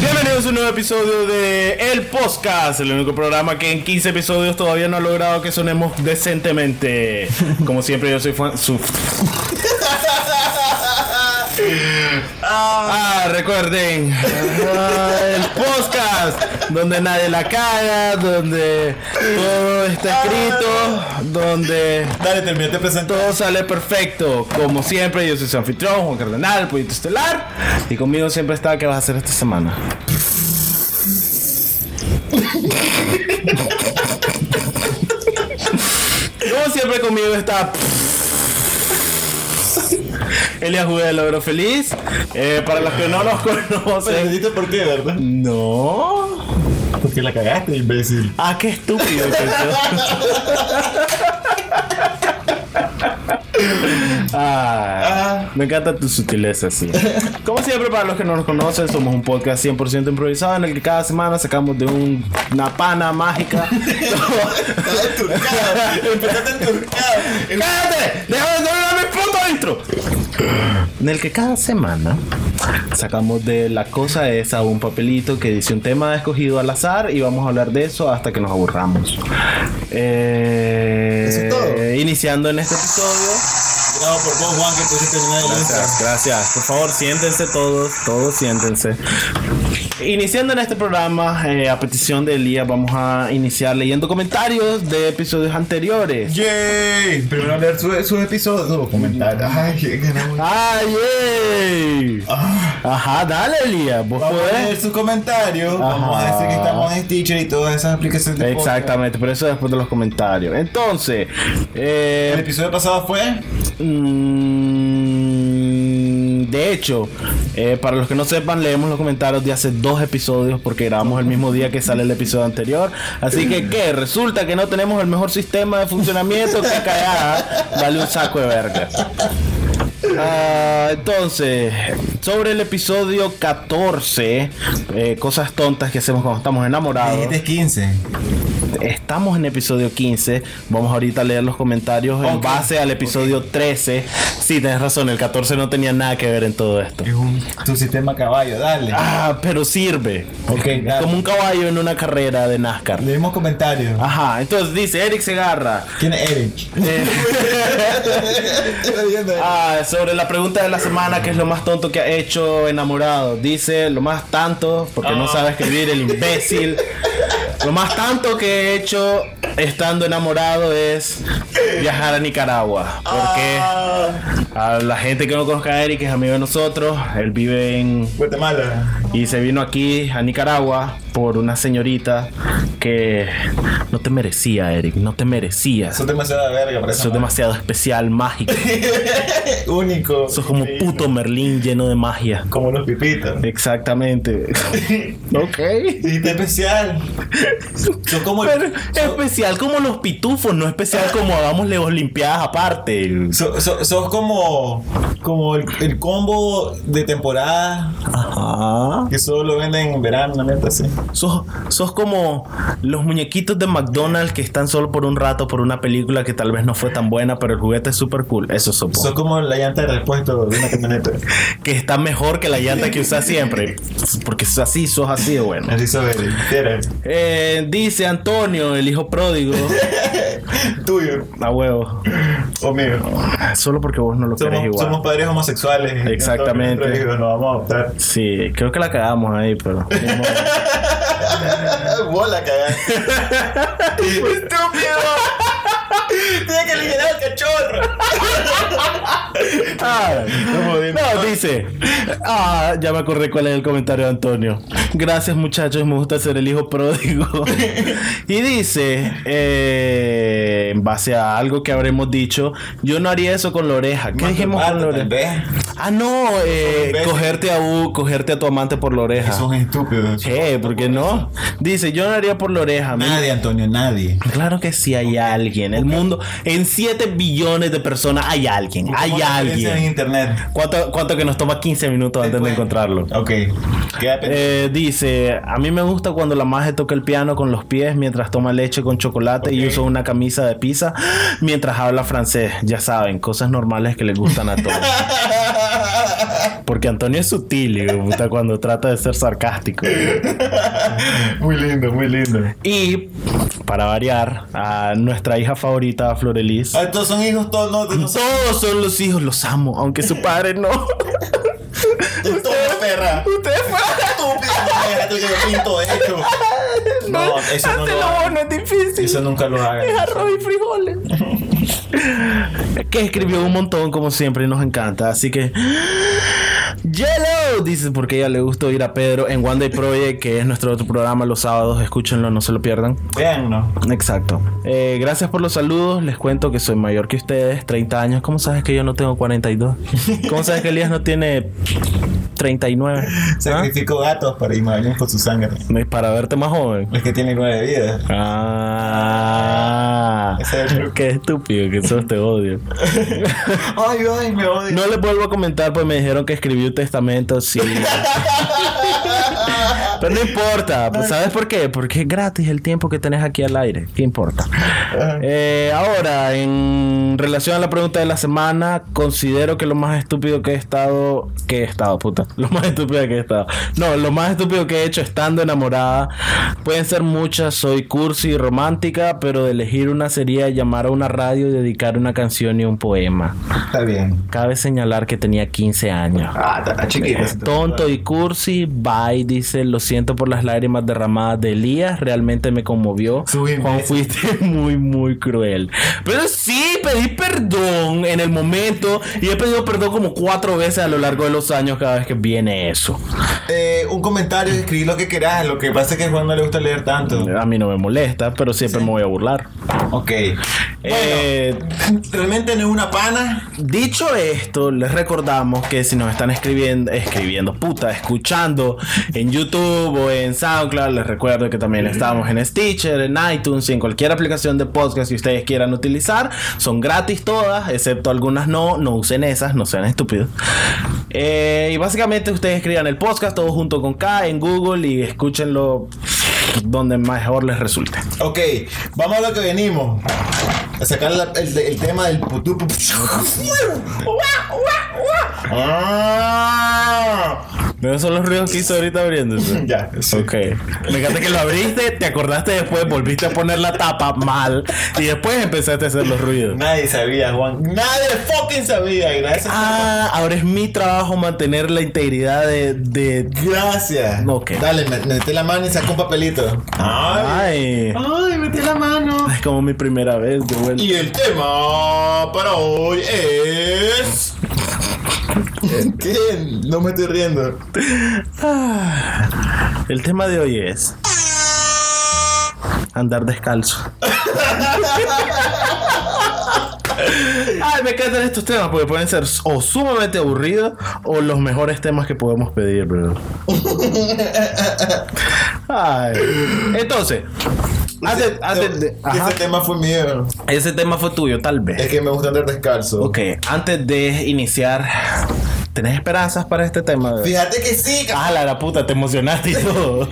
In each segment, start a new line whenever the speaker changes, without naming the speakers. Bienvenidos a un nuevo episodio de El Podcast, el único programa que en 15 episodios todavía no ha logrado que sonemos decentemente. Como siempre, yo soy fan. su- Ah, recuerden, ah, el podcast, donde nadie la caga, donde todo está escrito, donde
Dale, termina, te presento.
todo sale perfecto. Como siempre, yo soy su anfitrión, Juan Cardenal, Pollito Estelar, y conmigo siempre está, ¿qué vas a hacer esta semana? Como siempre conmigo está Elia Jugué del Logro Feliz. Eh, para los que no nos conocen.
¿Entendiste por qué, verdad?
No.
Porque la cagaste, imbécil.
Ah, qué estúpido. pensó. Ah, me encanta tu sutileza, sí. Como siempre, para los que no nos conocen, somos un podcast 100% improvisado en el que cada semana sacamos de un- una pana mágica.
Estás enturcado. Empezaste enturcado.
¡Cállate! ¡Déjame de dar mi puto intro! En el que cada semana sacamos de la cosa esa un papelito que dice un tema escogido al azar y vamos a hablar de eso hasta que nos aburramos. Eh,
Eso es todo.
Iniciando en este episodio.
Bravo por vos, Juan, que pusiste una de
Gracias, gracias. Por favor, siéntense todos, todos siéntense. Iniciando en este programa, eh, a petición de Elías, vamos a iniciar leyendo comentarios de episodios anteriores.
¡Yay! Primero leer su- sus episodios, sus comentarios. Ay, qué ganamos.
¡Ay, ey!
Ah.
Ajá, dale, Elías, vos
Vamos a leer
podés.
sus comentarios. Vamos a
Ajá.
decir que estamos en Stitcher y todas esas aplicaciones. de podcast.
Exactamente, pero eso después de los comentarios. Entonces,
El
eh,
episodio pasado fue.
mm, de hecho, eh, para los que no sepan, leemos los comentarios de hace dos episodios porque grabamos el mismo día que sale el episodio anterior. Así que, ¿qué? Resulta que no tenemos el mejor sistema de funcionamiento que cagada. Vale un saco de verga. Ah, entonces, sobre el episodio 14, eh, cosas tontas que hacemos cuando estamos enamorados.
Dijiste 15.
Estamos en episodio 15. Vamos ahorita a leer los comentarios en
Ok.
base al episodio 13. Sí, tenés razón, el 14 no tenía nada que ver en todo esto.
Es un, tu sistema caballo, dale.
Ah, pero sirve.
Ok,
Es como
dale.
un caballo en una carrera de NASCAR.
Leemos comentarios.
Ajá, entonces dice Eric Segarra.
¿Quién es Eric?
eh, Ah, sobre la pregunta de la semana, que es lo más tonto que ha hecho enamorado. Dice lo más tanto, porque no sabe escribir el imbécil. Lo más tanto que he hecho estando enamorado es viajar a Nicaragua. Porque
Ah,
a la gente que no conozca a Eric, que es amigo de nosotros, él vive en
Guatemala.
y se vino aquí a Nicaragua por una señorita que no te merecía, Eric, no te merecías.
Son demasiada verga para eso.
Sos demasiado especial, mágico.
único.
Sos como
Increíble.
puto Merlín lleno de magia.
Como los pipitos.
Exactamente. ok.
Dijiste especial. Son como
Pero especial como los pitufos, no especial como hagámosle olimpiadas aparte.
so- so- sos como. Como el, el combo de temporada
Ajá.
que solo lo venden en verano, una mierda así.
Sos, sos como los muñequitos de McDonald's que están solo por un rato por una película que tal vez no fue tan buena, pero el juguete es súper cool. Eso supongo.
Sos como la llanta de repuesto de una camioneta.
que está mejor que la llanta que usas siempre. Porque sos así, sos así de bueno.
Así sos Eric. Era
Eh, dice Antonio, el hijo pródigo.
Tuyo
A huevo.
o mío.
Solo porque vos no lo querés
Somos,
igual.
somos padres homosexuales.
Exactamente.
Nosotros, nosotros, Nos vamos a adoptar.
Sí, creo que la cagamos ahí, pero.
Vos la cagaste. ¡Estúpido! Tienes que liberar al cachorro.
Ah, no, dice. Ah, ya me acordé cuál es el comentario de Antonio. Gracias, muchachos, me gusta ser el hijo pródigo. Y dice, eh, en base a algo que habremos dicho, yo no haría eso con la oreja. ¿Qué dijimos con la oreja? Ah, no, eh,
imbéciles.
cogerte a u- cogerte a tu amante por la oreja.
Son estúpidos.
Eh, ¿por qué no? Dice, yo no haría por la oreja. men.
Nadie, Antonio, nadie.
Claro que sí hay alguien. El mundo, en 7 billones de personas hay alguien. Hay
¿Cómo piensan en
alguien.
internet.
¿Cuánto, cuánto que nos toma 15 minutos antes de
Después.
encontrarlo?
Ok. Queda pendiente.
Eh, dice, a mí me gusta cuando la maje toca el piano con los pies mientras toma leche con chocolate y
Ok.
usa una camisa de pizza mientras habla francés. Ya saben, cosas normales que le gustan a todos. Porque Antonio es sutil, hijo de puta, cuando trata de ser sarcástico.
Muy lindo, muy lindo.
Y, para variar, a nuestra hija favorita, Florelis.
Ah, Estos son hijos todos, no, no son
Todos son los hijos, los amo, aunque su padre no.
todos perra.
Ustedes fueron.
Estúpida, no, déjate que yo pinto hecho. No, eso no
Hazte
lo
lo
hagan.
bueno, es difícil.
Eso nunca lo
Es
hagan.
arroz y frijoles. que escribió un montón, como siempre, y nos encanta. Así que. Yellow dice porque ella le gusta ir a Pedro en One Day Project, que es nuestro otro programa los sábados. Escúchenlo, no se lo pierdan.
Vean, no.
Exacto. Eh, gracias por los saludos. Les cuento que soy mayor que ustedes, 30 años. ¿Cómo sabes que yo no tengo 42? ¿Cómo sabes que Elías no tiene 39? ¿Ah?
Sacrificó gatos para imaginar con su sangre.
Para verte más joven.
Es que tiene nueve vidas.
Ah,
Ese es el truco.
qué estúpido que sos, te odio.
Ay, ay, me odio.
No les vuelvo a comentar, pues me dijeron que escribí un testamento, sí. Pero no importa, pues, ¿sabes por qué? Porque es gratis el tiempo que tenés aquí al aire, ¿qué importa? Eh, ahora, en relación a la pregunta de la semana, considero que lo más estúpido que he estado, que he estado, puta, lo más estúpido que he estado. No, lo más estúpido que he hecho estando enamorada, pueden ser muchas, soy cursi y romántica, pero de elegir una sería llamar a una radio y dedicar una canción y un poema.
Está bien.
Cabe señalar que tenía 15 años.
Ah, está chiquita.
Es tonto y cursi, bye, dice, lo siento por las lágrimas derramadas de Elías, realmente me conmovió.
Su imbécil.
Juan, fuiste muy, muy cruel. Pero sí, pedí perdón en el momento y he pedido perdón como cuatro veces a lo largo de los años cada vez que viene eso.
Eh, un comentario, escribí lo que querás. Lo que pasa es que a Juan no le gusta leer tanto.
A mí no me molesta, pero siempre me voy a burlar.
Ok.
Eh,
Realmente no es una pana.
Dicho esto, les recordamos que si nos están escribiendo, escribiendo, puta, escuchando en YouTube o en SoundCloud, les recuerdo que también estamos en Stitcher, en iTunes y en cualquier aplicación de podcast que ustedes quieran utilizar. Son gratis todas, excepto algunas no, no usen esas, no sean estúpidos. Eh, y básicamente ustedes escriban el podcast todo junto con K en Google y escúchenlo donde mejor les resulte.
Ok, vamos a lo que venimos. A sacar la- el, el tema del putu. Ah,
¿No son los ruidos que hizo ahorita abriéndose?
ya, sí.
Ok. Me encanta que lo abriste, te acordaste después, volviste a poner la tapa mal y después empezaste a hacer los ruidos.
Nadie sabía, Juan. Nadie fucking sabía. Gracias.
Ah, ahora es mi trabajo mantener la integridad de. de...
Gracias.
Ok.
Dale, me- metí la mano y sacó un papelito. Ay,
Ay,
ay, metí la mano.
es como mi primera vez de vuelta.
Y el tema para hoy es. ¿Qué? No me estoy riendo.
Ah, El tema de hoy es. Andar descalzo. Ay, me encantan estos temas porque pueden ser o sumamente aburridos o los mejores temas que podemos pedir, bro. Ay. Entonces, antes, antes de- ajá,
Ese tema fue mío.
ese tema fue tuyo, tal vez.
Es que me gusta andar descalzo.
Ok, antes de iniciar, ¿tenés esperanzas para este tema? bro?
Fíjate que sí, ca-
Ah, la, la puta, te emocionaste y todo.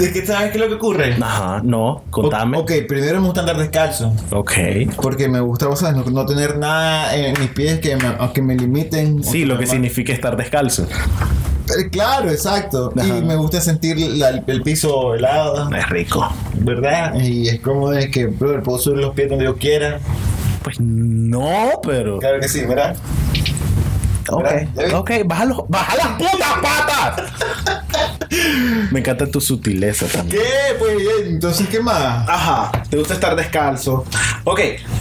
es que sabes qué es lo que ocurre.
Ajá, no, contame.
Ok, primero me gusta andar descalzo.
Ok.
Porque me gusta, o sea, no, no tener nada en mis pies que me, o que me limiten.
Sí, lo que significa estar descalzo.
Eh, Claro, exacto.
Ajá.
Y me gusta sentir la- el piso helado,
Es rico.
¿verdad? Y es cómodo, es que brother, puedo subir los pies donde yo quiera.
Pues no, pero.
Claro que sí, ¿verdad?
Ok,
¿Ya viste?
ok, baja, los- baja las putas patas. Me encanta tu sutileza también.
¿Qué? Pues eh, entonces, ¿qué más?
Ajá, te gusta estar descalzo. Ok,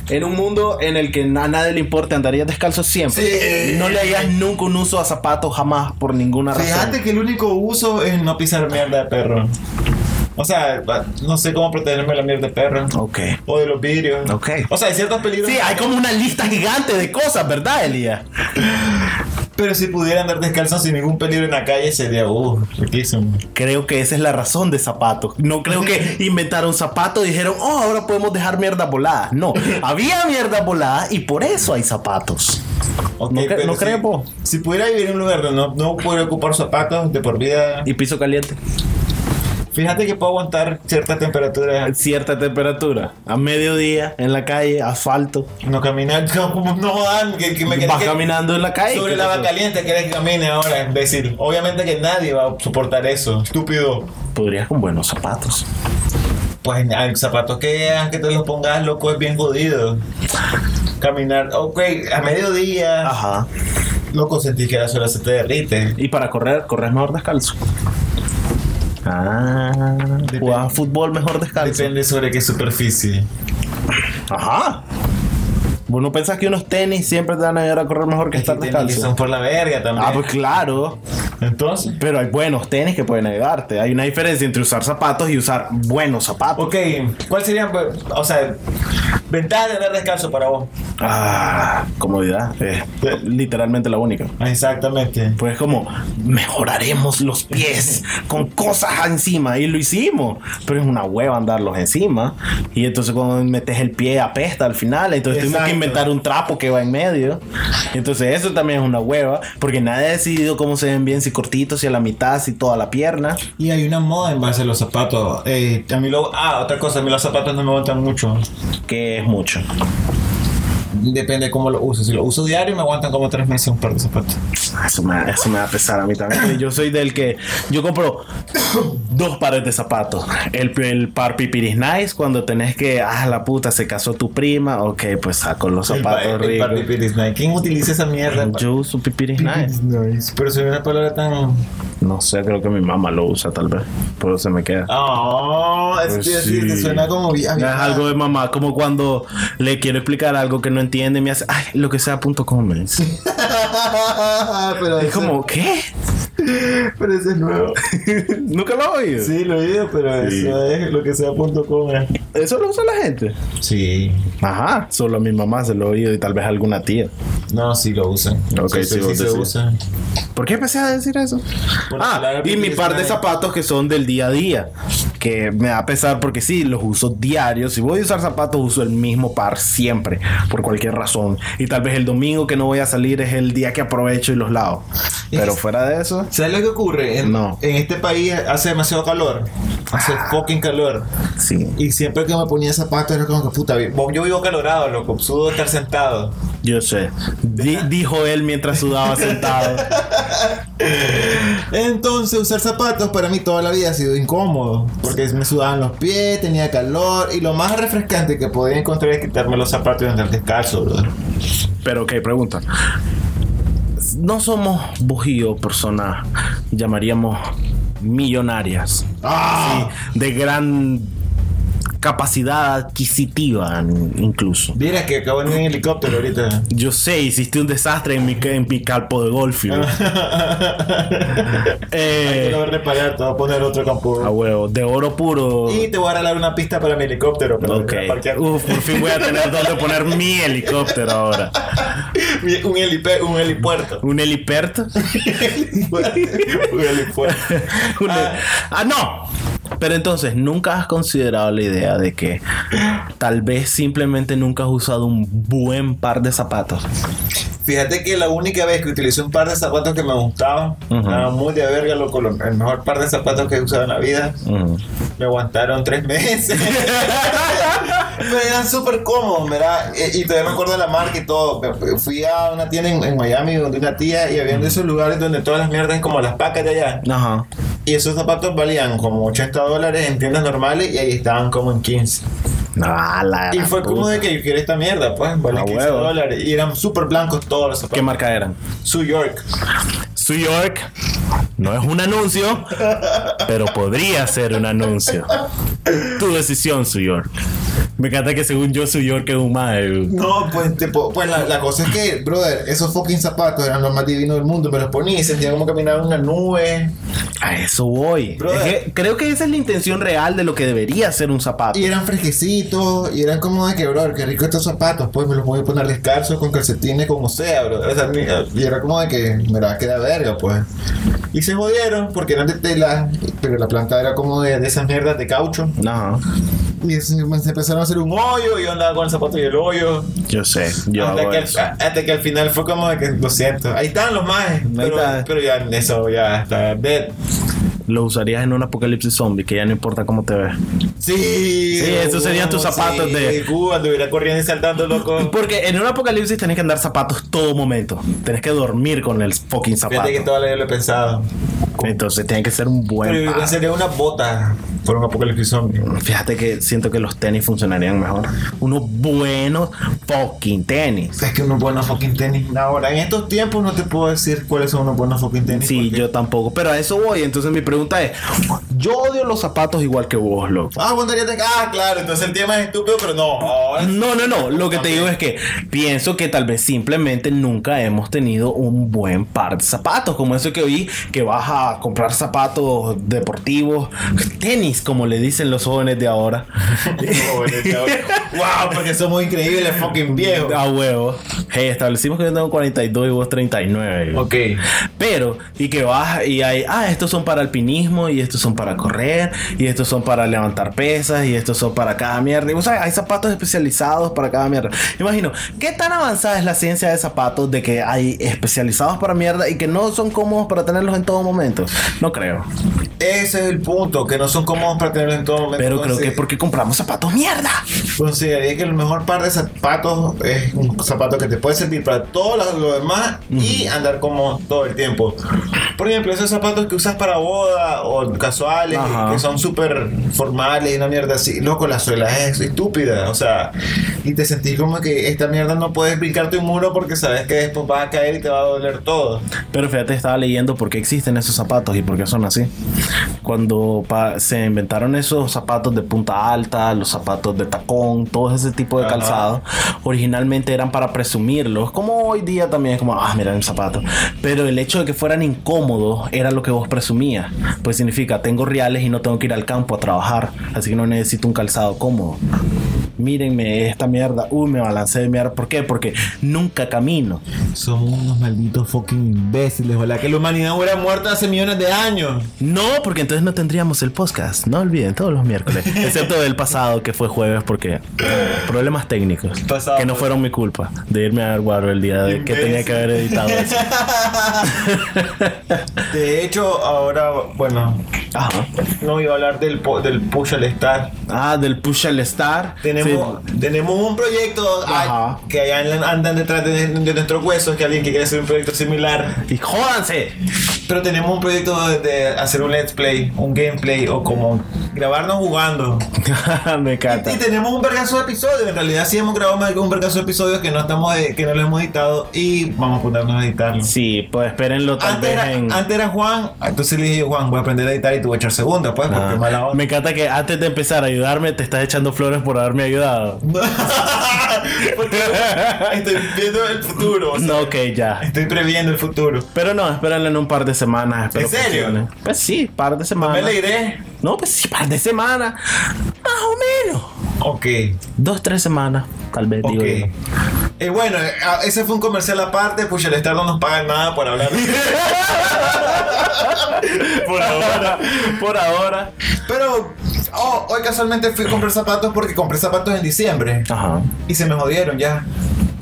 en un mundo en el que a nadie le importa, andarías descalzo siempre.
Sí.
No le harías nunca un uso a zapatos jamás por ninguna razón.
Fíjate que el único uso es no pisar mierda de perro. O sea, va- no sé cómo protegerme de la mierda de perro.
Ok.
O de los vidrios.
Ok.
O sea, hay ciertos peligros.
Sí, hay como una lista gigante de cosas, ¿verdad, Elías?
Pero si pudiera andar descalzo sin ningún peligro en la calle sería, uh, riquísimo.
Creo que esa es la razón de zapatos. No creo que inventaron zapatos y dijeron, oh, ahora podemos dejar mierda volada. No, había mierda volada y por eso hay zapatos.
Ok,
No cre-
pero
no
si-
creo, po.
Si pudiera vivir en un lugar donde no, no pudiera ocupar zapatos de por vida.
¿Y piso caliente?
Fíjate que puedo aguantar cierta temperatura.
Cierta temperatura, a mediodía, en la calle, asfalto.
No caminar, no, no jodan, que, que me querés
Vas
que-
caminando en la calle.
Sobre
¿qué te-
la vaca caliente querés que camine ahora. Es decir, obviamente que nadie va a soportar eso. Estúpido.
Podrías con buenos zapatos.
Pues hay zapatos que, que te los pongas, loco, es bien jodido. Caminar, ok, a mediodía,
Ajá.
loco, sentís que la suela se te derrite.
Y para correr, corres mejor descalzo. Ah, jugabas fútbol mejor descalzo.
Depende sobre qué superficie.
Ajá. ¿Vos no pensás que unos tenis siempre te van a ayudar a correr mejor que
Es que
estar
tienen que
descalzo?
son por la verga también.
Ah, pues claro.
Entonces,
Pero hay buenos tenis que pueden ayudarte. Hay una diferencia entre usar zapatos y usar buenos zapatos.
ok, ¿cuál sería, pues, o sea, ventaja de andar descalzo para vos?
Ah, comodidad. Es literalmente la única.
Exactamente.
Pues como mejoraremos los pies con cosas encima y lo hicimos, pero es una hueva andarlos encima y entonces cuando metes el pie apesta al final, entonces tuvimos que
Exacto.
inventar un trapo que va en medio, entonces eso también es una hueva porque nadie ha decidido cómo se ven bien si cortitos, si a la mitad, si toda la pierna.
Y hay una moda en base a los zapatos. Eh, a mí lo, ah, otra cosa, a mí los zapatos no me aguantan mucho.
que es mucho.
Depende de cómo lo uso. Si lo uso diario, me aguantan como tres meses un par de zapatos.
Eso me, eso me va a pesar a mí también. Yo soy del que yo compro dos pares de zapatos. El, el par pipiris nice cuando tenés que, ah, la puta, se casó tu prima. Ok, pues saco los zapatos
el,
ricos.
par de piris Nike. ¿Quién utiliza esa mierda?
Yo uso pipiris nice.
Piris Nike. Pero se ve una palabra tan.
No sé, creo que mi mamá lo usa tal vez. Pero se me queda.
Oh, es
Pues
que sí,
sí.
que suena como bien.
Es algo de mamá, como cuando le quiero explicar algo que no entiende y me hace, ay, lo que sea punto com. Es
pero, es
como, ¿qué?
pero ese es nuevo.
Nunca lo he oído.
Sí, lo he oído, pero
Sí.
eso es lo que sea punto com. eh.
Eso lo usa la gente.
Sí.
Ajá, solo a mi mamá se lo he oído y tal vez a alguna tía.
No, sí lo usan.
Ok,
sí,
sí,
sí,
vos
se
decís.
usan.
¿Por qué empecé a decir eso?
Por
Ah,
hablar
y mi
porque
par
es
de
una-
zapatos que son del día a día. Que me va a pesar porque sí, los uso diarios. Si voy a usar zapatos, uso el mismo par siempre. Por cualquier razón. Y tal vez el domingo que no voy a salir es el día que aprovecho y los lavo. Pero fuera de eso,
¿Sabes lo que ocurre? En,
No.
en este país hace demasiado calor. Hace fucking calor.
sí.
Y siempre que me ponía zapatos era como que puta, vi- vos- yo vivo calorado, loco, sudo de estar sentado.
Yo sé. Di- dijo él mientras sudaba sentado.
Entonces usar zapatos para mí toda la vida ha sido incómodo, porque me sudaban los pies, tenía calor y lo más refrescante que podía encontrar es quitarme los zapatos y andar descalzo, brother.
Pero ok, pregunta. No somos bujío personas, llamaríamos millonarias.
Ah,
de gran capacidad adquisitiva incluso.
mira que acabo de venir en helicóptero ahorita.
Yo sé, hiciste un desastre en mi, en mi campo de golf. yo.
Ah. Lo voy
Eh, Ah,
a reparar, te voy a poner otro
a
campo.
huevo, de oro puro.
Y te voy a regalar una pista para mi helicóptero, para
Ok.
parquear.
Uf, por fin voy a tener donde poner mi helicóptero ahora.
un, helipe- un helipuerto.
¿Un heliperto?
un helipuerto.
Un-
Ah.
ah, no. Pero entonces, ¿nunca has considerado la idea de que tal vez simplemente nunca has usado un buen par de zapatos?
Fíjate que la única vez que utilicé un par de zapatos que me gustaban,
Ujú.
nada muy de verga, loco, lo- el mejor par de zapatos que he usado en la vida,
Ujú.
me aguantaron tres meses. me eran súper cómodos, ¿verdad? Y, y todavía me acuerdo de la marca y todo. Me- Fui a una tienda en, en Miami donde una tía y había de esos lugares donde todas las mierdas, como las pacas de allá,
Ajá.
y esos zapatos valían como 80 dólares en tiendas normales y ahí estaban como en 15.
Ah, la
Y
gran
fue como
puta.
de que yo quiero esta mierda, pues,
A
vale 15
huevo.
dólares. Y eran súper blancos todos los
¿Qué
zapatos.
marca eran?
Su York.
Su York no es un anuncio, pero podría ser un anuncio. Tu decisión, Su York. Me encanta que según yo, Su York es un eh. mae.
No, pues, te po- pues la, la cosa es que, brother, esos fucking zapatos eran los más divinos del mundo. Me los ponía y sentía como caminar en una nube.
A eso voy.
Brother.
Es que creo que esa es la intención real de lo que debería ser un zapato.
Y eran fresquecitos. Y eran como de que, brother, qué rico estos zapatos. Pues me los voy a poner descalzos con calcetines, como sea, brother. O sea, ni- y era como de que me la va a quedar verga, pues. Y se jodieron porque eran de tela. Pero la planta era como de, de esas mierdas de caucho.
No,
Y se, se empezaron a hacer un hoyo. Y yo andaba con el zapato y el hoyo.
yo sé, yo
hasta,
hago
que al,
eso.
a- hasta que al final fue como de que lo siento. Ahí están los más. Pero,
está.
pero ya eso ya está dead.
los usarías en un apocalipsis zombie, que ya no importa cómo te ves.
Sí,
Sí, esos serían tus zapatos de-
Cuba, anduviera corriendo y saltando loco.
Porque en un apocalipsis tenés que andar zapatos todo momento. Tenés que dormir con el fucking zapato.
Fíjate que todavía yo lo he pensado.
Entonces tiene que ser un
Pero
buen
yo
par.
sería una bota por un apocalipsis zombie.
Fíjate que siento que los tenis funcionarían mejor. Unos buenos fucking tenis.
Es que unos buenos fucking tenis. Ahora, en estos tiempos no te puedo decir cuáles son unos buenos fucking tenis.
Sí,
porque-
yo tampoco. Pero a eso voy. Entonces mi pregunta es: Yo odio los zapatos igual que vos, loco.
Ah, bueno, ya te... Ah, claro, entonces el tema es estúpido, pero no. ahora-
No, no, no. Lo que te digo es que pienso que tal vez simplemente nunca hemos tenido un buen par de zapatos. Como eso que vi que vas a comprar zapatos deportivos, tenis, como le dicen los jóvenes de ahora.
Jóvenes, cabrón. wow, porque somos increíbles, fucking viejos.
A Ah, huevo. Hey, establecimos que yo tengo 42 y vos 39.
Ok.
Pero, y que vas y hay, ah, estos son para alpinismo, y estos son para correr, y estos son para levantar pesas, y estos son para cada mierda. Y, O sea, hay zapatos especializados para cada mierda. Imagino, ¿qué tan avanzada es la ciencia de zapatos de que hay especializados para mierda y que no son cómodos para tenerlos en todo momento? No creo.
Ese es el punto, que no son cómodos para tenerlo en todo momento.
Pero creo que
Entonces,
es porque compramos zapatos mierda.
Consideraría que el mejor par de zapatos es un zapato que te puede servir para todo lo- lo demás y andar como todo el tiempo. Por ejemplo, esos zapatos que usas para boda o casuales,
Ajá.
que son súper formales y una mierda así. Loco, la suela es estúpida, o sea, y te sentís como que esta mierda no puedes picarte un muro porque sabes que después vas a caer y te va a doler todo.
Pero fíjate, estaba leyendo por qué existen esos zapatos y por qué son así. Cuando pa- se inventaron esos zapatos de punta alta, los zapatos de tacón, todo ese tipo de
Ajá.
calzado, originalmente eran para presumirlos. Como hoy día también es como, ah, mira mis zapatos. Pero el hecho de que fueran incómodos era lo que vos presumías. Pues significa, tengo reales y no tengo que ir al campo a trabajar, así que no necesito un calzado cómodo. Mírenme esta mierda, uy, me balancé de mierda. ¿Por qué? Porque nunca camino.
Somos unos malditos fucking imbéciles, ojalá que la humanidad hubiera muerto hace millones de años.
No, porque entonces no tendríamos el podcast. No olviden, todos los miércoles. Excepto del pasado, que fue jueves, porque eh, problemas técnicos.
Pasado,
que no
pues.
fueron mi culpa de irme a ver Guaro el día de que tenía que haber editado eso.
De hecho, ahora, bueno,
Ajá.
no iba a hablar del, po- del push al estar.
Ah, del push al star.
Tenemos, tenemos un proyecto
Ajá.
ay, que andan, andan detrás de, de nuestros huesos, que alguien que quiere hacer un proyecto similar.
Sí. Y jódanse.
Pero tenemos un proyecto de, de hacer un let's play, un gameplay o como grabarnos jugando.
Me encanta.
Y tenemos un vergazo de episodios. En realidad sí hemos grabado más que un vergazo de episodios que no estamos eh, que no lo hemos editado y vamos a ponernos a editarlo.
Sí, pues espérenlo tal
Antes
vez
era,
en.
antes era Juan, entonces le dije yo, Juan, voy a aprender a editar y tú voy a echar segunda, pues, porque
Ah,
mala onda.
me encanta que antes de empezar a ayudarme te estás echando flores por haberme ayudado.
Porque estoy viendo el futuro. o sea,
No, ok, ya.
Estoy previendo el futuro.
Pero no, espérenlo en un par de semanas. espero
¿En
que
serio?
funcione. Pues sí, par de
Me
semanas.
alegré.
No, pues sí, par de semanas. Más o menos.
Ok,
Dos, tres semanas, tal vez,
ok.
digo yo.
Eh, bueno, eh, ah, ese fue un comercial aparte, pues el Star no nos pagan nada por hablar.
Por ahora, por ahora.
Pero oh, hoy casualmente fui a comprar zapatos porque compré zapatos en diciembre
Ajá.
y se me jodieron ya.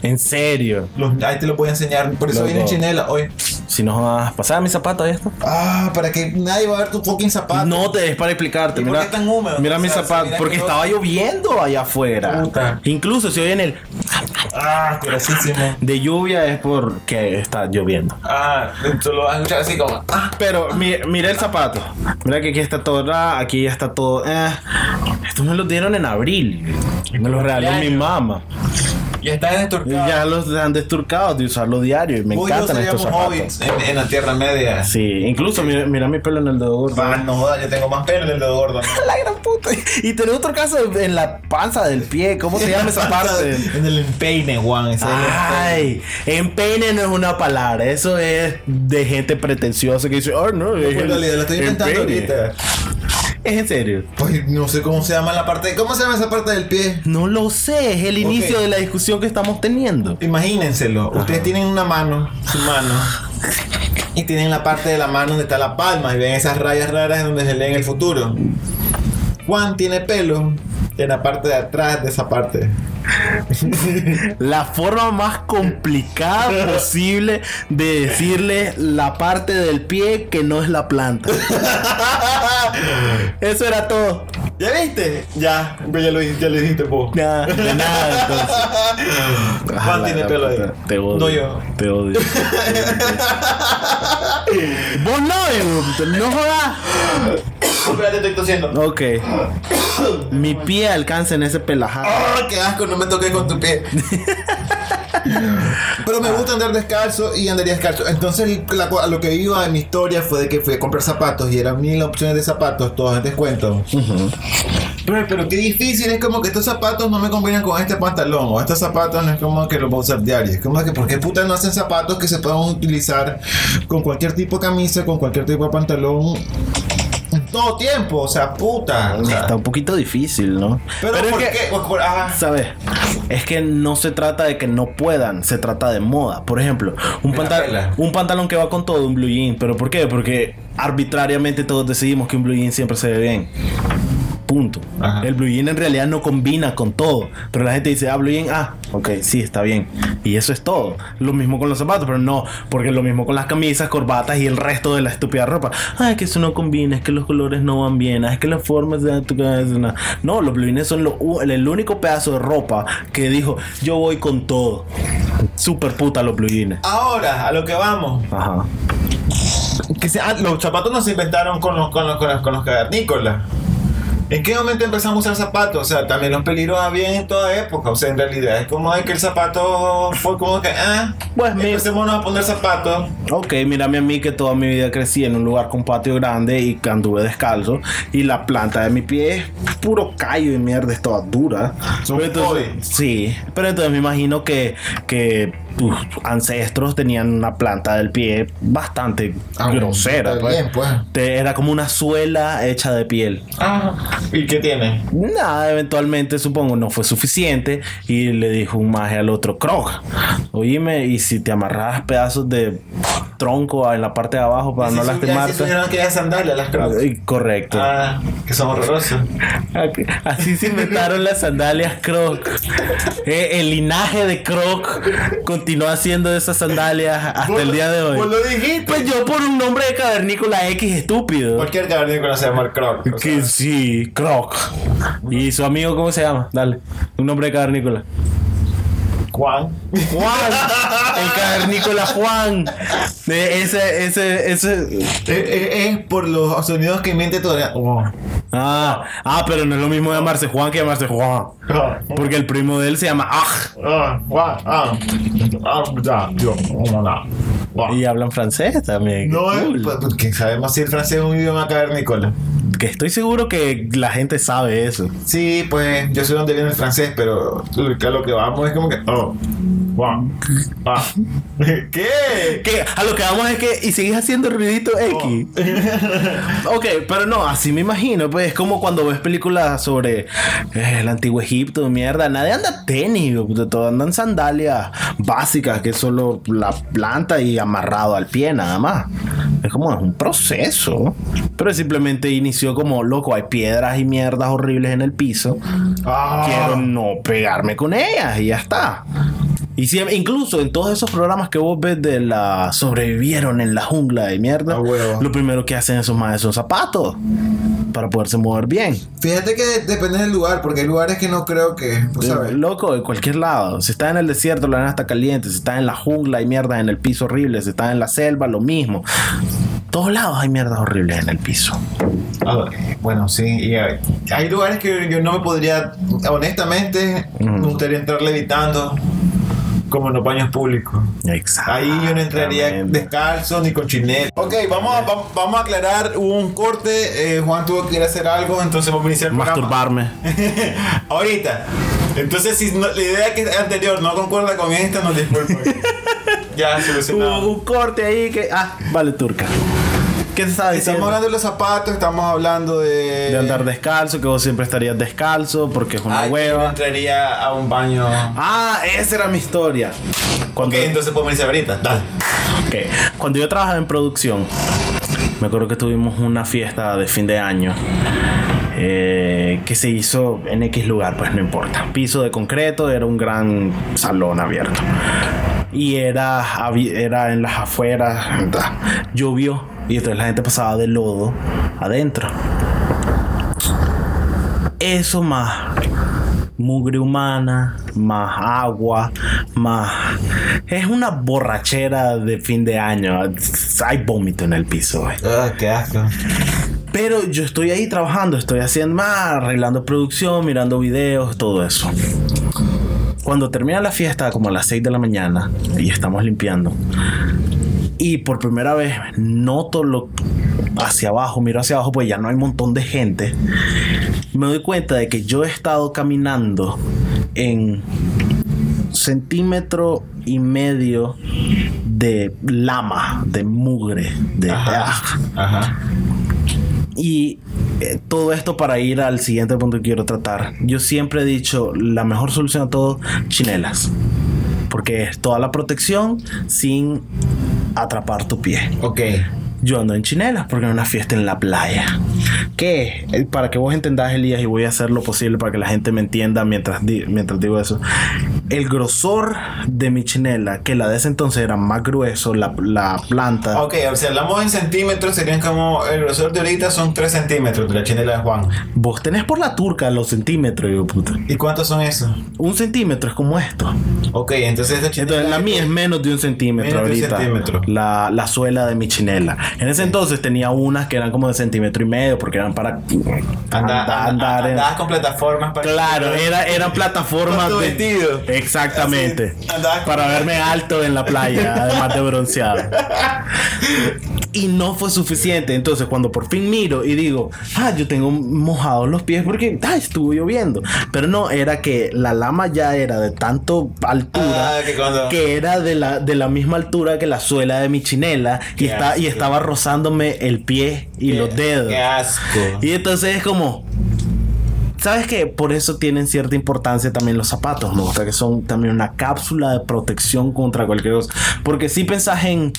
En serio.
Los, ahí te los voy a enseñar, por eso
Los
vine en
dos.
chinela hoy.
Si no vas a pasar mis zapatos y esto.
Ah, para que nadie va a ver tu fucking zapato.
No te des para explicarte.
¿Y por
mira,
qué tan húmedo?
Mira
O
mis
sea,
zapatos.
mira
Porque
que-
estaba lloviendo allá afuera.
Puta.
Incluso si oyen el
Ah, curiosísimo.
de lluvia es porque está lloviendo.
Ah, tú lo vas a escuchar así como. Ah,
Pero mi- mira el zapato. Mira que aquí está todo, ra- aquí ya está todo. eh. Estos me los dieron en abril. Me los regaló mi mamá.
ya estás en
Y
Turquía.
Ya los han desturcado de usarlo diario y me
Vos y yo
encantan estos
seríamos
zapatos.
hobbits en, en la Tierra Media.
Sí, incluso mira, mira mi pelo en el dedo gordo.
Ah, no jodas, yo tengo más pelo en el dedo gordo.
La gran puta. Y tenés otro caso en la panza del pie. ¿Cómo se llama esa parte? Ah,
En el empeine, Juan. ese es el empeine.
Ay, empeine no es una palabra. Eso es de gente pretenciosa que dice, oh no, es
Pues, En realidad, lo estoy inventando
empeine".
ahorita.
Es en serio.
Pues no sé cómo se llama la parte. ¿Cómo se llama esa parte del pie?
No lo sé, es el inicio de la discusión que estamos teniendo.
Imagínenselo. Ustedes tienen una mano, su mano. Y tienen la parte de la mano donde está la palma. Y ven esas rayas raras en donde se leen el futuro. Juan tiene pelo en la parte de atrás de esa parte.
la forma más complicada posible de decirle la parte del pie que no es la planta. Eso era todo.
¿Ya viste? Ya, pues ya lo, ya lo dijiste vos.
Nada, de nada, entonces.
Juan tiene pelo ahí.
Ah, Te odio.
No yo.
Te odio. Vos no, hijo, no jodas.
Espérate, estoy tosiendo.
Ok. Mi pie alcanza en ese pelajado.
¡Ah, qué asco! No me toques con tu pie. Pero
Ah.
me gusta andar descalzo y andaría descalzo. Entonces, la co- a lo que iba en mi historia fue de que fui a comprar zapatos y eran mil opciones de zapatos, todos en descuento. pero, pero qué difícil, es como que estos zapatos no me combinan con este pantalón o estos zapatos no es como que los voy a usar diario. Es como que, ¿por qué puta no hacen zapatos que se puedan utilizar con cualquier tipo de camisa, con cualquier tipo de pantalón? En todo tiempo, o sea, puta. o sea.
Está un poquito difícil, ¿no?
pero,
es
¿por
que-
qué? Por- ah. por- ajá.
¿Sabes? Es que no se trata de que no puedan, se trata de moda. Por ejemplo, un,
Me la
pantal-
pela.
un pantalón que va con todo, un blue jean. ¿Pero por qué? Porque arbitrariamente todos decidimos que un blue jean siempre se ve bien. Punto.
Ajá.
El blue jean en realidad no combina con todo. Pero la gente dice, ah, blue jean, ah, ok, sí, está bien. Y eso es todo. Lo mismo con los zapatos, pero no, porque lo mismo con las camisas, corbatas y el resto de la estúpida ropa. Ah, es que eso no combina, es que los colores no van bien, ah, es que las formas de tu cabeza. No, los blue jeans son lo u- el único pedazo de ropa que dijo, yo voy con todo. Super puta los blue jeans.
Ahora, a lo que vamos.
Ajá.
Que se- ah, los zapatos no se inventaron con los, con los, con los, con los cavernícolas. ¿En qué momento empezamos a usar zapatos? O sea, también los peligros había en toda época. O sea, en realidad es como de que el zapato fue como que, ah,
Pues, mi-
empecémonos a poner zapatos.
Ok, mírame a mí que toda mi vida crecí en un lugar con patio grande y que anduve descalzo y la planta de mi pie es puro callo y mierda, es toda dura.
Son
Pero entonces-
hoy.
sí, pero entonces me imagino que, que tus ancestros tenían una planta del pie bastante
Ah,
grosera.
está
pues.
bien, pues.
Te- Era como una suela hecha de piel.
Ah, ¿y qué tiene?
Nada, eventualmente supongo no fue suficiente y le dijo un maje al otro Krog. Oíme, y si te amarrabas pedazos de tronco en la parte de abajo para no
Sí, sí,
lastimarte.
Ya, sí, tuvieron que ir a sandalias las crocs.
Eh, Correcto.
Ah, que son horrorosos.
Así se inventaron las sandalias Croc. Eh, el linaje de Croc continúa haciendo esas sandalias hasta el día de
Vos
hoy.
lo dijiste.
Pues yo por un nombre de cavernícola X estúpido.
Cualquier cavernícola se llama el croc. o sea.
Que sí, Croc. ¿Y su amigo cómo se llama? Dale. Un nombre de cavernícola.
Juan.
Juan, el cavernícola Juan. De ese, ese, ese.
Eh, Es por los sonidos que miente todavía.
Ah, ah, pero no es lo mismo llamarse Juan que llamarse Juan.
oh,
Porque el primo de él se llama Aj.
oh,
Y hablan francés también.
No,
Qué
eh,
cool.
pues, pues, que sabemos si el francés es un idioma cavernícola.
Que estoy seguro que la gente sabe eso.
Sí, pues yo sé dónde viene el francés, pero lo que- a lo que vamos es como que. Oh, wow, ah. ¿Qué?
Que a lo que vamos es que. Y seguís haciendo ruidito X. ok, pero no, así me imagino. Pues es como cuando ves películas sobre eh, el antiguo Egipto, mierda. Nadie anda tenis, puto, todos andan sandalias básicas, que es solo la planta y amarrado al pie, nada más. Es como es un proceso. Pero simplemente inició como loco. Hay piedras y mierdas horribles en el piso
Ah.
quiero no pegarme con ellas y ya está. Y si, incluso en todos esos programas que vos ves de la sobrevivieron en la jungla de mierda,
A huevo.
lo primero que hacen esos más son zapatos para poderse mover bien.
Fíjate que depende del lugar, porque hay lugares que no creo que. pues, ¿sabes?
Loco, de cualquier lado. Si estás en el desierto, la arena está caliente. Si estás en la jungla, hay mierda en el piso horrible. Si estás en la selva, lo mismo. Todos lados hay mierdas horribles en el piso. Ah,
A ver, Bueno, sí, y hay, hay lugares que yo no me podría, honestamente, me gustaría entrar levitando, como en los baños públicos.
Exacto.
Ahí yo no entraría descalzo ni con chinelo. Ok, vamos a, va- vamos a aclarar, hubo un corte, eh, Juan tuvo que ir a hacer algo, entonces vamos a iniciar el este programa.
Masturbarme.
Ahorita. Entonces, si no- la idea que anterior no concuerda con esta, nos disculpen. ya,
Hubo
solucionado.
un corte ahí que. Ah, vale, turca. ¿Qué se estaba
Estamos
diciendo?
hablando de los zapatos, estamos hablando de...
De andar descalzo, que vos siempre estarías descalzo porque es una
Ay, yo
hueva.
entraría a un baño...
Ah, esa era mi historia. Cuando,
Ok, entonces podemos irse ahorita. Dale.
ok. Cuando yo trabajaba en producción, me acuerdo que tuvimos una fiesta de fin de año. Eh, eh, que se hizo en X lugar, pues no importa. Piso de concreto, era un gran salón abierto. Y era, habi- era en las afueras, llovió y entonces la gente pasaba de lodo adentro. Eso más mugre humana, más agua, más... Es una borrachera de fin de año. Hay vómito en el piso. güey.
Ah, qué asco.
Pero yo estoy ahí trabajando, estoy haciendo más, arreglando producción, mirando videos, todo eso. Cuando termina la fiesta, como a las 6 de la mañana, y estamos limpiando, y por primera vez noto lo hacia abajo, miro hacia abajo, pues ya no hay un montón de gente. Me doy cuenta de que yo he estado caminando en centímetro y medio de lama, de mugre, de...
Ajá. Ajá.
Y eh, todo esto para ir al siguiente punto que quiero tratar. Yo siempre he dicho, la mejor solución a todo, chinelas. Porque es toda la protección sin atrapar tu pie.
Ok.
Yo ando en chinelas porque es una fiesta en la playa. ¿Qué? Eh, Para que vos entendás, Elías, y voy a hacer lo posible para que la gente me entienda mientras, di- mientras digo eso. El grosor de mi chinela, que la de ese entonces era más grueso, la, la planta.
Ok, o sea, hablamos en centímetros, serían como el grosor de ahorita son 3 centímetros de la chinela de Juan.
Vos tenés por la turca los centímetros, hijo de puta.
¿Y cuántos son esos?
Un centímetro es como esto.
Ok, entonces esta chinela.
Entonces, la mía es menos de un centímetro
Menos de un
ahorita.
centímetro.
La, la suela de mi chinela. En ese entonces tenía unas que eran como de centímetro y medio porque eran para
Anda, anda-
andar en-
andabas con plataformas para.
Claro, era, eran plataformas
Con tu
de-
vestido.
Exactamente.
Así, andabas con-
Para verme alto en la playa, además de bronceado. Y no fue suficiente. Entonces, cuando por fin miro y digo, ah, yo tengo mojados los pies porque ah, estuvo lloviendo. Pero no, era que la lama ya era de tanto altura
Ah, que cuando-
que era de la, de la misma altura que la suela de mi chinela y,
Qué
está, y
asco.
estaba rozándome el pie y los dedos.
Qué asco.
Y entonces es como. ¿Sabes qué? Por eso tienen cierta importancia también los zapatos. Me gusta que son también una cápsula de protección contra cualquier cosa. Porque si pensás en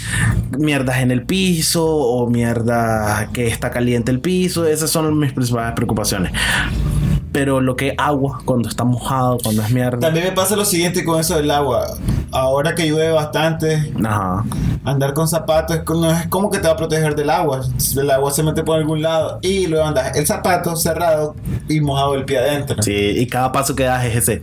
mierdas en el piso o mierda que está caliente el piso, esas son mis principales preocupaciones. Pero lo que es agua, cuando está mojado, cuando es mierda.
También me pasa lo siguiente con eso del agua. Ahora que llueve bastante,
Ajá.
andar con zapatos es, no es como que te va a proteger del agua. El agua se mete por algún lado y luego andas el zapato cerrado y mojado el pie adentro.
Sí, y cada paso que das es ese.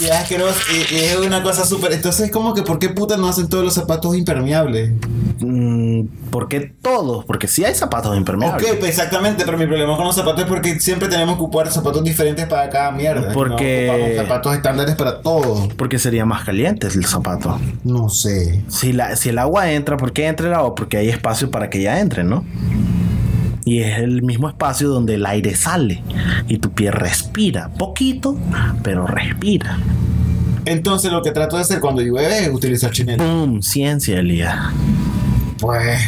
Y es asqueroso y, y es una cosa súper. Entonces es como que, ¿por qué puta no hacen todos los zapatos impermeables?
mm, ¿Por qué todos? Porque sí hay zapatos
Ok,
impermeables.
pues, exactamente, pero mi problema con los zapatos es porque siempre tenemos que ocupar zapatos diferentes para cada mierda.
Porque-
No ocupamos zapatos estándares para todo.
Porque sería más caliente el zapato.
No sé.
Si, la, si el agua entra, ¿por qué entra el agua? Porque hay espacio para que ella entre, ¿no? Y es el mismo espacio donde el aire sale y tu pie respira, poquito, pero respira.
Entonces lo que trato de hacer cuando llueve es utilizar chinelas.
¡Pum! Ciencia, Elías.
Pues,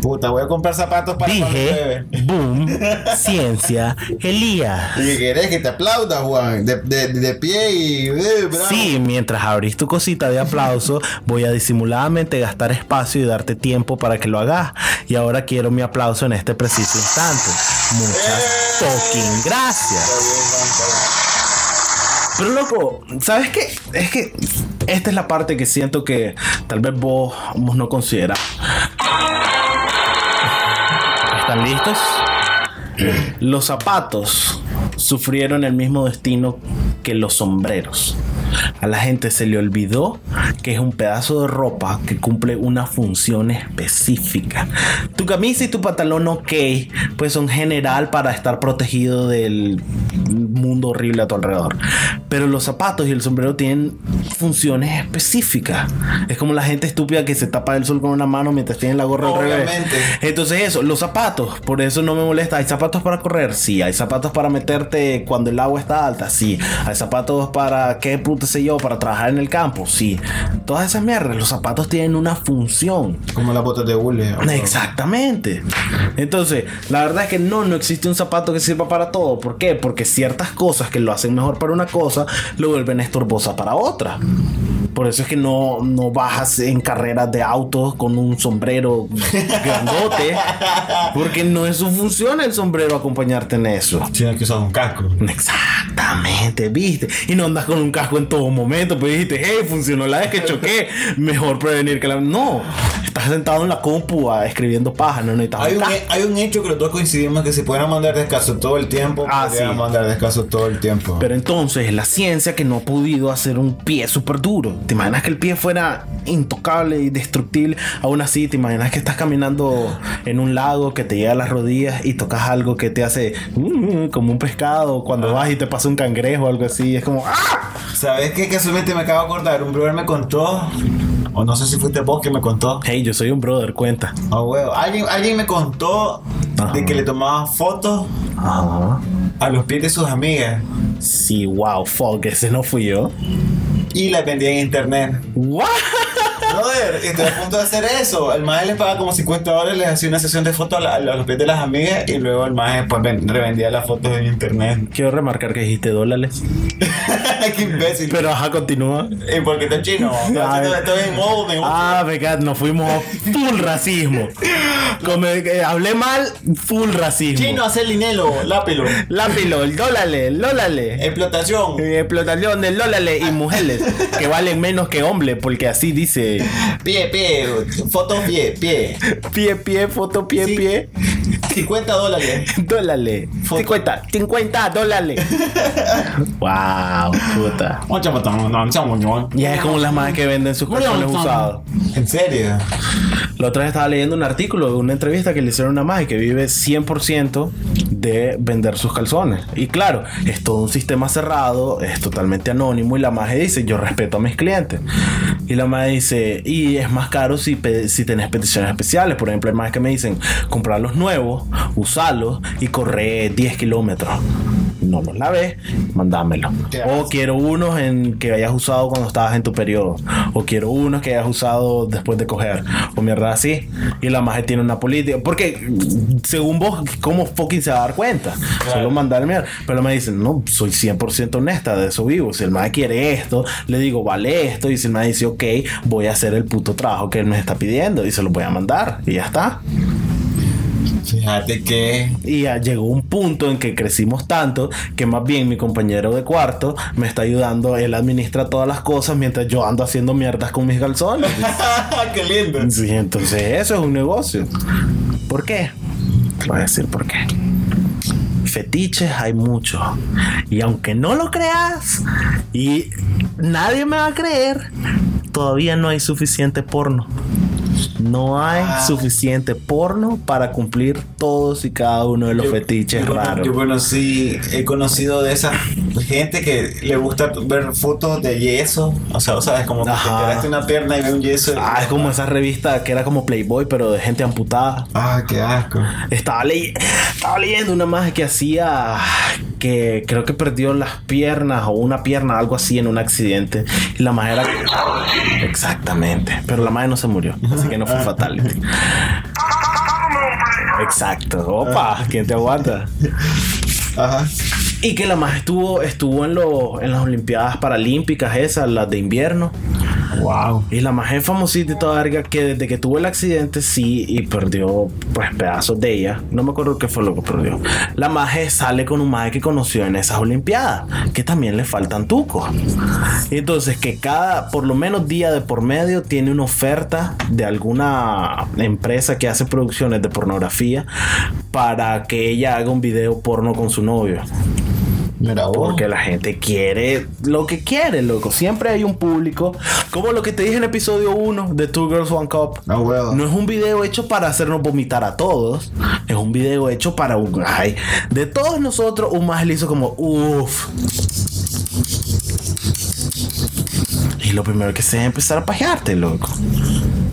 puta, voy a comprar zapatos para cuando
Dije,
llueve.
¡boom! Ciencia, Elías.
¿Y qué querés que te aplauda, Juan? De, de- de pie y. eh, bravo.
Sí, mientras abrís tu cosita de aplauso, voy a disimuladamente gastar espacio y darte tiempo para que lo hagas. Y ahora quiero mi aplauso en este preciso instante. Muchas fucking gracias.
Está bien, Juan, está bien.
Pero loco, ¿sabes qué? Es que esta es la parte que siento que tal vez vos, vos no consideras. ¿Están listos? Los zapatos sufrieron el mismo destino que los sombreros. A la gente se le olvidó que es un pedazo de ropa que cumple una función específica. Tu camisa y tu pantalón, ok, pues son general para estar protegido del mundo horrible a tu alrededor. Pero los zapatos y el sombrero tienen funciones específicas. Es como la gente estúpida que se tapa el sol con una mano mientras tiene la gorra al revés.
Obviamente.
Entonces eso, los zapatos, por eso no me molesta. ¿Hay zapatos para correr? Sí. ¿Hay zapatos para meterte cuando el agua está alta? Sí. ¿Hay zapatos para, qué puta sé yo, para trabajar en el campo? Sí. Todas esas mierdas, los zapatos tienen una función.
Como las botas de hule. o-
Exactamente. Entonces, la verdad es que no, no existe un zapato que sirva para todo. ¿Por qué? Porque ciertas cosas que lo hacen mejor para una cosa, lo vuelven estorbosas para otra. Por eso es que no, no bajas en carreras de autos con un sombrero grandote. Porque no es su función el sombrero acompañarte en eso.
Tienes que usar un casco.
Exactamente, viste. Y no andas con un casco en todo momento, pues dijiste, hey, funcionó la vez que choqué. Mejor prevenir que la. No, estás sentado en la compu ah, escribiendo paja, no necesitas
Hay
un
un, e-
casco.
hay un hecho que los dos coincidimos que si pudieran mandar descalzo todo el tiempo,
Ah,
podrían
sí.
mandar descalzo todo el tiempo.
Pero entonces la ciencia que no ha podido hacer un pie súper duro. ¿Te imaginas que el pie fuera intocable y destructible? Aún así, ¿te imaginas que estás caminando en un lago que te llega a las rodillas y tocas algo que te hace mm, como un pescado
Ah.
cuando vas y te pasa un cangrejo o algo así? Y es como ¡Ah!
¿Sabes qué? Casualmente me acabo de acordar. Un brother me contó, o no sé si fuiste vos que me contó.
Hey, yo soy un brother, cuenta.
Ah, huevo. Alguien, alguien me contó
Ajá.
de que le tomaba fotos
Ajá.
a los pies de sus amigas
Sí, wow, fuck, ese no fui yo.
y las vendía en internet.
What?
Brother, estoy a punto de hacer eso. El maje les pagaba como 50 dólares, les hacía una sesión de fotos a, la- a los pies de las amigas y luego el maje pues, ven- revendía las fotos en internet.
Quiero remarcar que dijiste dólares.
Qué imbécil.
Pero ajá, continúa.
¿Y por qué está chino?
Ay.
Estoy en modo de-
Ah, verdad, nos fuimos full racismo. Como, eh, hablé mal, full racismo.
Chino, hacer linelo, lápelo.
Lápilo, lólale, lólale.
Explotación.
Eh, Explotación del lólale y mujeres que valen menos que hombres, porque así dice
Pie, pie, foto, pie, pie.
pie, pie, foto, pie,
Sí.
pie,
50 dólares.
dólale,
Foto.
50, 50, dólale. wow, puta.
pues,
Ya es como las más que venden sus colchones usados.
¿En serio?
La otra vez estaba leyendo un artículo de una entrevista que le hicieron a una y que vive 100% de vender sus calzones. Y claro, es todo un sistema cerrado, es totalmente anónimo y la maje dice, yo respeto a mis clientes. Y la maje dice, y es más caro si, pe- si tenés peticiones especiales. Por ejemplo, hay más que me dicen, comprar los nuevos, usarlos y correr 10 kilómetros. No los laves, mandámelo.
Te
O quiero unos en que hayas usado cuando estabas en tu periodo. O quiero unos que hayas usado después de coger. O mierda así. Y la magia tiene una política. Porque, según vos, ¿cómo fucking se va a dar cuenta? Solo mandar mierda. Pero me dicen, no, soy 100% honesta, de eso vivo. Si el maje quiere esto, le digo, vale esto. Y si el maje dice, ok, voy a hacer el puto trabajo que él me está pidiendo. Y se lo voy a mandar. Y ya está.
Fíjate que.
Y ya llegó un punto en que crecimos tanto que más bien mi compañero de cuarto me está ayudando, él administra todas las cosas mientras yo ando haciendo mierdas con mis calzones.
¡Qué lindo!
Sí, entonces eso es un negocio. ¿Por qué? Te voy a decir por qué. Fetiches hay muchos. Y aunque no lo creas, y nadie me va a creer, todavía no hay suficiente porno. No hay
Ah.
suficiente porno para cumplir todos y cada uno de los
Yo-
fetiches
yo, cono-
raros.
Yo conocí, he conocido de esa gente que le gusta ver fotos de yeso. O sea, ¿sabes? Como que te
Ajá.
quedaste una pierna y ve un yeso.
Ah, es como esa revista que era como Playboy, pero de gente amputada.
Ah, qué asco.
Estaba, ley- estaba leyendo una magia que hacía que creo que perdió las piernas o una pierna, algo así, en un accidente. Y la magia era. Exactamente. Pero la magia no se murió, así que no fue fatality. Exacto. Opa, ¿quién te aguanta?
Ajá.
Y que la magia estuvo, estuvo en, los en las Olimpiadas Paralímpicas, esas, las de invierno.
Wow.
Y la más famosita y toda verga que desde que tuvo el accidente sí y perdió pues pedazos de ella. No me acuerdo qué fue lo que perdió. La maje sale con un maje que conoció en esas olimpiadas, que también le faltan tucos. Entonces que cada por lo menos día de por medio tiene una oferta de alguna empresa que hace producciones de pornografía para que ella haga un video porno con su novio.
Mira vos.
Porque la gente quiere lo que quiere, loco. Siempre hay un público. Como lo que te dije en episodio 1 de Two Girls One Cup.
No, Ah, huevo.
No es un video hecho para hacernos vomitar a todos. Es un video hecho para un... Ay, de todos nosotros, un más le hizo como... Uff. Y lo primero que sé es empezar a pajearte, loco.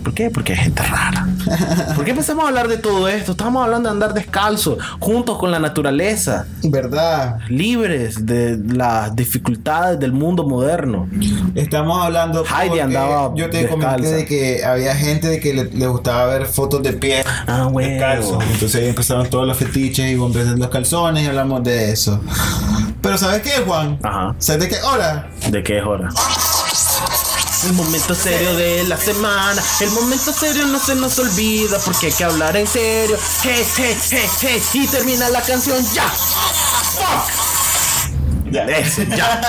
¿Por qué? Porque hay gente rara. ¿Por qué empezamos a hablar de todo esto? Estamos hablando de andar descalzo, juntos con la naturaleza
¿Verdad?
libres de las dificultades del mundo moderno.
Estamos hablando.
Heidi
porque
andaba
Yo te comenté
descalza.
de que había gente de que le, le gustaba ver fotos de pies
Ah, huevo.
descalzos. Entonces ahí empezaron todos los fetiches y compré los calzones y hablamos de eso.
Ah.
Pero ¿sabes qué, Juan?
Ajá.
¿Sabes de qué hora?
¿De qué es hora? El momento serio de la semana. El momento serio no se nos olvida porque hay que hablar en serio. Hey, hey, hey, hey. Y termina la canción ya. Fuck.
Ya.
Eso, ya.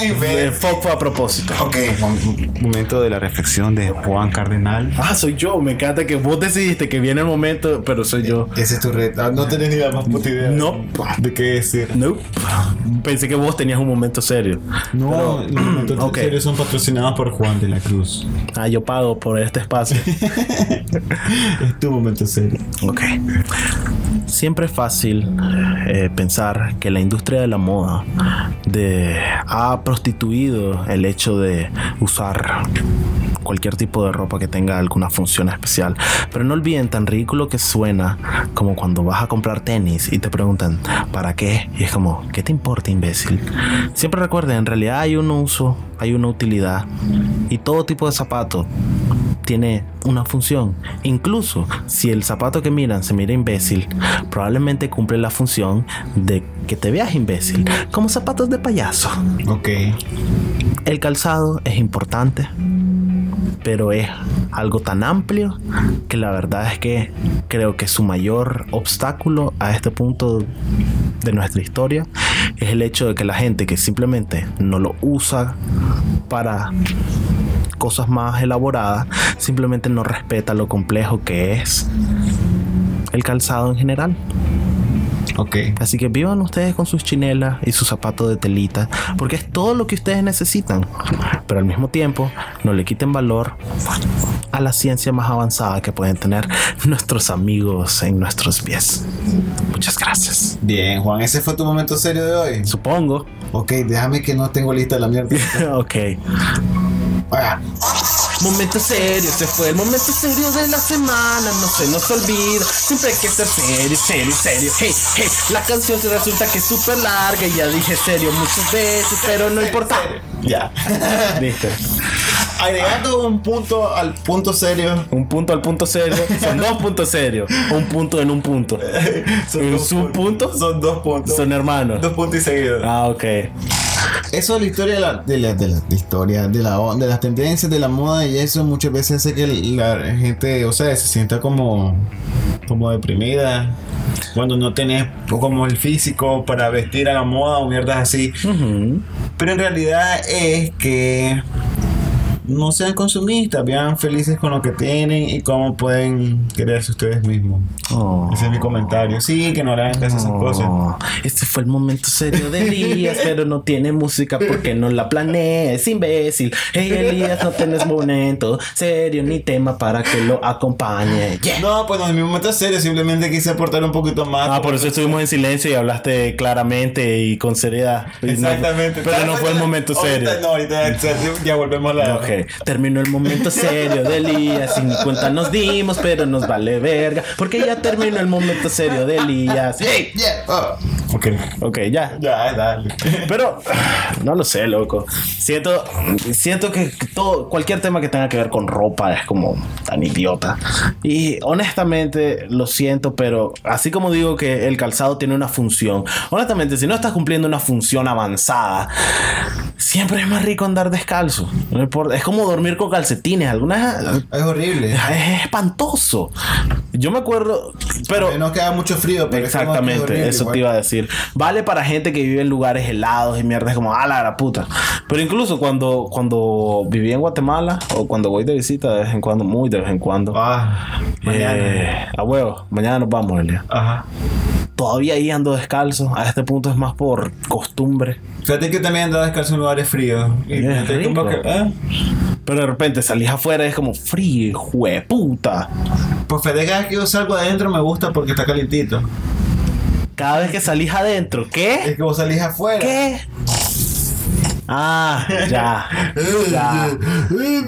Ay,
El
ve.
fuck fue a propósito.
ok, mom-
Momento de la reflexión de Juan Cardenal.
Ah, soy yo. Me encanta que vos decidiste que viene el momento, pero soy yo.
ese es tu reto. Ah, No tenés ni la más puta idea.
No.
¿De qué decir?
No. Pensé que vos tenías un momento serio.
No, los momentos
ok.
serios son patrocinados por Juan de la Cruz.
Ah, yo pago por este espacio.
Es tu momento serio.
Ok. Siempre es fácil eh, pensar que la industria de la moda de- ha prostituido el hecho de usar cualquier tipo de ropa que tenga alguna función especial. Pero no olviden tan ridículo que suena como cuando vas a comprar tenis y te preguntan, ¿para qué? Y es como, ¿qué te importa, imbécil? Siempre recuerden, en realidad hay un uso, hay una utilidad y todo tipo de zapato tiene una función. Incluso si el zapato que miran se mira imbécil, probablemente cumple la función de que te veas imbécil, como zapatos de payaso.
Ok.
El calzado es importante, pero es algo tan amplio que la verdad es que creo que su mayor obstáculo a este punto de nuestra historia es el hecho de que la gente que simplemente no lo usa para cosas más elaboradas, simplemente no respeta lo complejo que es el calzado en general.
Ok.
Así que vivan ustedes con sus chinelas y sus zapatos de telita, porque es todo lo que ustedes necesitan. Pero al mismo tiempo, no le quiten valor a la ciencia más avanzada que pueden tener nuestros amigos en nuestros pies. Muchas gracias.
Bien, Juan, ese fue tu momento serio de hoy.
Supongo.
Ok, déjame que no tengo lista la mierda.
ok.
Ah,
Momento serio, se fue el momento serio de la semana, no se nos olvida, siempre hay que ser serio, serio, serio, hey, hey, la canción se resulta que es súper larga, y ya dije serio muchas veces, pero no importa.
ya.
Listo.
Agregando un punto al punto serio.
Un punto al punto serio. Son dos puntos serios. Un punto en un punto. ¿En
dos
su
puntos.
punto?
Son dos puntos.
Son hermanos.
dos puntos y seguidos.
Ah, ok.
Eso es la historia de la, de la, de la- de historia, de, la, o- de las tendencias, de la moda y eso muchas veces hace que la gente, o sea, se sienta como, como deprimida. Cuando no tenés como el físico para vestir a la moda o mierdas así.
Ujú.
Pero en realidad es que no sean consumistas, vean felices con lo que tienen y cómo pueden quererse ustedes mismos.
Oh.
Ese es mi comentario. Sí, que no le hagan caso a esas cosas.
Oh. Este fue el momento serio de Elías, pero no tiene música porque no la planees, imbécil. Hey, Elías, no tienes momento serio ni tema para que lo acompañe. Yeah.
No, pues no es mi momento serio, simplemente quise aportar un poquito más.
Ah, por eso estuvimos en silencio y hablaste claramente y con seriedad. Y no-
Exactamente.
pero no fue el momento
Ahorita
serio.
No, ahorita ya, ya volvemos a la.
Ok, terminó el momento serio de Elías. Sin cuenta nos dimos, pero nos vale verga. Porque ya terminó el momento serio de Elías. ¡Hey!
Yeah, oh. Ok.
Ok, ya.
Ya, dale.
Pero no lo sé, loco. Siento, siento que todo, cualquier tema que tenga que ver con ropa es como tan idiota. Y honestamente lo siento, pero así como digo que el calzado tiene una función, honestamente, si no estás cumpliendo una función avanzada, siempre es más rico andar descalzo. No importa, Es como dormir con calcetines. Algunas
Es horrible.
es espantoso. Yo me acuerdo, pero
No queda mucho frío, pero es como que es
Exactamente,
horrible
eso
igual.
te iba a decir. Vale para gente que vive en lugares helados y mierdas como, ah, la gran puta. Pero incluso cuando, cuando viví en Guatemala o cuando voy de visita de vez en cuando, muy de vez en cuando,
Ah, mañana.
eh, a huevo, mañana nos vamos, Elia.
Ajá.
Todavía ahí ando descalzo, a este punto es más por costumbre.
Fíjate que también andaba descalzo en lugares fríos. Y
Es
te- como que,
rico.
ah.
Pero de repente salís afuera y es como frío, jueputa.
Pues fíjate que cada vez que yo salgo adentro me gusta porque está calentito.
Cada vez que salís adentro,
Es
¿qué?
que vos salís afuera.
¿Qué? Ah, ya. ya.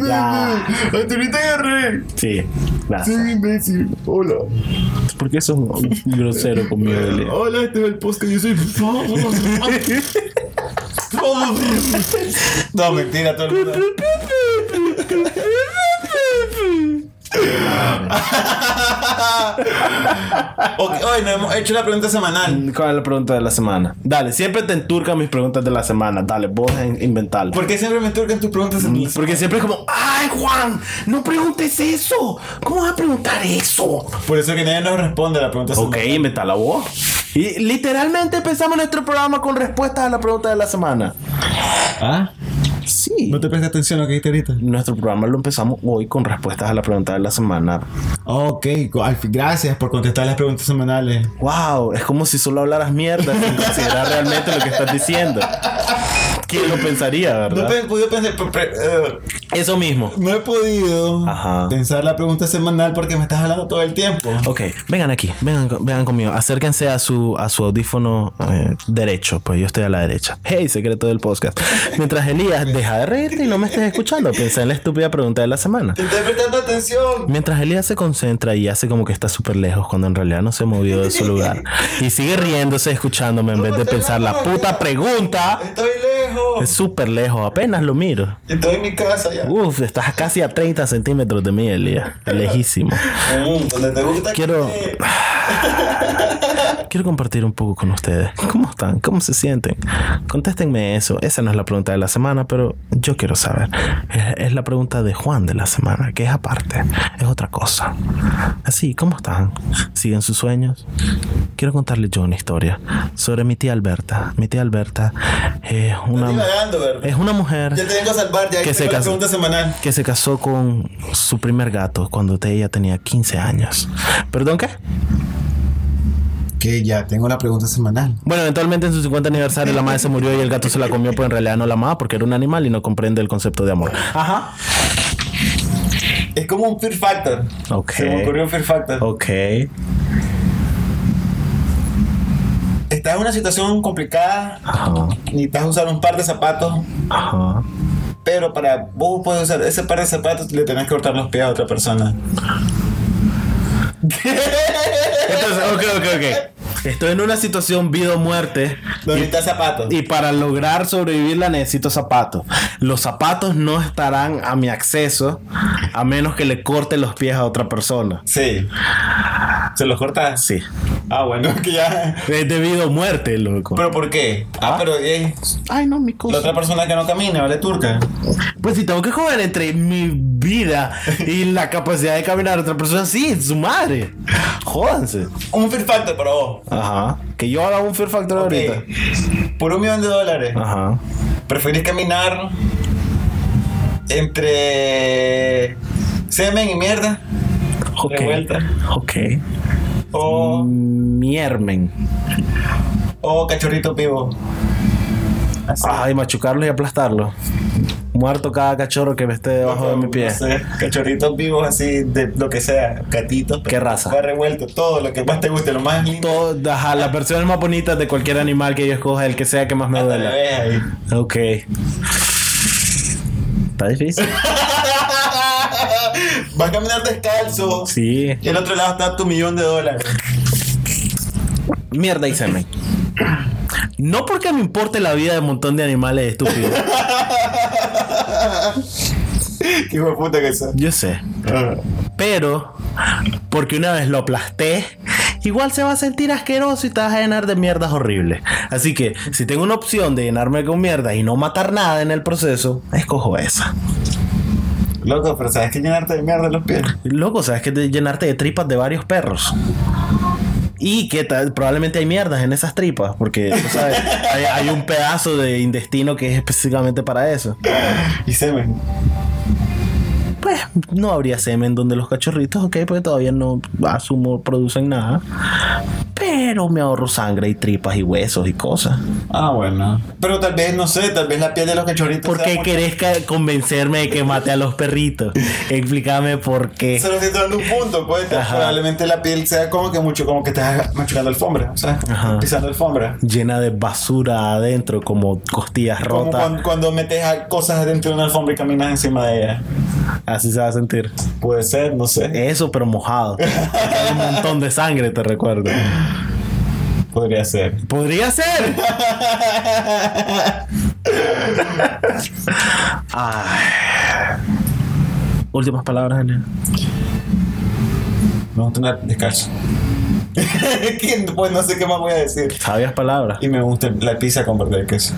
Ya.
Antonita agarré.
Sí,
Sí,
gracias.
imbécil. Hola.
Porque eso es grosero conmigo, Elia.
Hola, este es el post que yo soy. No, mentira, todo el mundo. Ok, hoy no hemos hecho la pregunta semanal.
¿Cuál es la pregunta de la semana? Dale, siempre te enturcan mis preguntas de la semana. Dale, vos en- inventala.
¿Por qué siempre me turcan tus preguntas en
Porque siempre es como, ¡ay, Juan! ¡No preguntes eso! ¿Cómo vas a preguntar eso?
Por eso que nadie nos responde a la pregunta
Ok,
semanal.
inventala vos. Y literalmente empezamos nuestro programa con respuestas a la pregunta de la semana.
¿Ah?
Sí.
No te prestes atención a lo que dijiste ahorita.
Nuestro programa lo empezamos hoy con respuestas a la pregunta de la semana.
Ok, co- al fin- gracias por contestar las preguntas semanales.
Wow, es como si solo hablaras mierda sin considerar realmente lo que estás diciendo. ¿Quién lo pensaría,
No
verdad?
he podido pensar. pre- pre- eh,
Eso mismo.
No he podido
Ajá.
pensar la pregunta semanal porque me estás hablando todo el tiempo.
Ok, vengan aquí, vengan, co- vengan conmigo, acérquense a su, a su audífono eh, derecho, pues yo estoy a la derecha. Hey, secreto del podcast. Mientras Elías deja de reírte y no me estés escuchando, piensa en la estúpida pregunta de la semana.
Te estoy prestando atención.
Mientras Elías se concentra y hace como que está súper lejos cuando en realidad no se movió de su lugar y sigue riéndose escuchándome en vez de pensar la puta pregunta.
Estoy lejos.
Es súper lejos, apenas lo miro.
Estoy en mi casa ya.
Uf, estás casi a 30 centímetros de mí, Elías. Lejísimo.
Mm, donde te gusta.
Quiero- Ah,
que-
Quiero compartir un poco con ustedes. ¿Cómo están? ¿Cómo se sienten? Contéstenme eso. Esa no es la pregunta de la semana, pero yo quiero saber. Es, es la pregunta de Juan de la semana, que es aparte. Es otra cosa. Así, ¿cómo están? ¿Siguen sus sueños? Quiero contarles yo una historia sobre mi tía Alberta. Mi tía Alberta es una,
Estoy vagando, ¿verdad?
es una mujer...
Ya te vengo a salvar, ya
Eh. Que
que
se
se la
casó.
pregunta semanal.
que se casó con su primer gato cuando te- ella tenía 15 años. ¿Perdón qué?
Que ya tengo la pregunta semanal.
Bueno, eventualmente en su 50 aniversario la madre se murió y el gato se la comió, pero en realidad no la amaba porque era un animal y no comprende el concepto de amor.
Ajá. Es como un Fear Factor.
Ok.
Se me ocurrió un Fear Factor.
Ok.
Estás en una situación complicada,
Ajá.
necesitas usar un par de zapatos,
Ajá.
pero para vos puedes usar ese par de zapatos le tenés que cortar los pies a otra persona.
Entonces, ok, ok, ok. Estoy en una situación vida o muerte
No necesitas zapatos.
y para lograr sobrevivirla necesito zapatos. Los zapatos no estarán a mi acceso a menos que le corte los pies a otra persona.
Sí. ¿Se los cortas?
Sí.
Ah, bueno, que ya.
Es debido a muerte, loco.
¿Pero por qué? Ah, pero eh,
Ay, no, mi
la otra persona que no camina, ¿vale? Turca.
Pues si tengo que jugar entre mi vida y la capacidad de caminar de otra persona, sí, su madre. Jódanse.
Un Fear Factor para vos.
Ajá. Que yo haga un Fear Factor
Ok.
ahorita. Ah.
Por un millón de dólares.
Ajá.
¿Preferís caminar entre semen y mierda?
Ok.
Revuelta.
Ok.
¿O,
Mm. Miermen.
o cachorrito vivo?
Ay, machucarlos y aplastarlos. Muerto cada cachorro que me esté debajo de mi pie.
No sé, cachorritos vivos así de lo que sea, gatitos.
¿Qué raza?
Fue revuelto, todo lo que más te guste, lo más lindo.
Todo- ajá, las versiones más bonitas de cualquier animal que yo escoja, el que sea que más me
Hasta
duela.
la vez ahí.
Ok. Está difícil.
Vas a caminar descalzo.
Sí.
Y al otro lado está tu millón de dólares.
Mierda y semen. No porque me importe la vida de un montón de animales estúpidos.
Qué hijo de puta que sos.
Yo sé.
Ah.
Pero porque una vez lo aplasté, igual se va a sentir asqueroso y te vas a llenar de mierdas horribles. Así que si tengo una opción de llenarme con mierda y no matar nada en el proceso, escojo esa.
Loco, pero sabes que llenarte de mierda los pies.
Loco, sabes que de llenarte de tripas de varios perros. Y que tal- probablemente hay mierdas en esas tripas, porque tú sabes, hay, hay un pedazo de intestino que es específicamente para eso.
Y semen.
Pues no habría semen donde los cachorritos, ok, porque todavía no asumo producen nada. Pero me ahorro sangre y tripas y huesos y cosas.
Ah, bueno.
Pero tal vez, no sé, tal vez la piel de los cachorritos.
¿Por
sea
qué
muy-
querés ca- convencerme de que mate a los perritos? Explícame por qué.
Solo estoy dando un punto, pues te-
Ajá.
probablemente la piel sea como que mucho, como que estás machucando alfombra, o sea,
Ajá.
pisando alfombra.
Llena de basura adentro, como costillas
Como
rotas.
cuando, cuando metes a- cosas dentro de una alfombra y caminas encima de ella.
Así se va a sentir.
Puede ser, no sé.
Eso, pero mojado. Porque Hay un montón de sangre, te recuerdo.
Podría ser.
Podría ser. Ay. Últimas palabras, Elena.
Me gusta andar descalzo. Que, pues no sé qué más voy a decir.
Sabias palabras.
Y me gusta la pizza con borde de queso.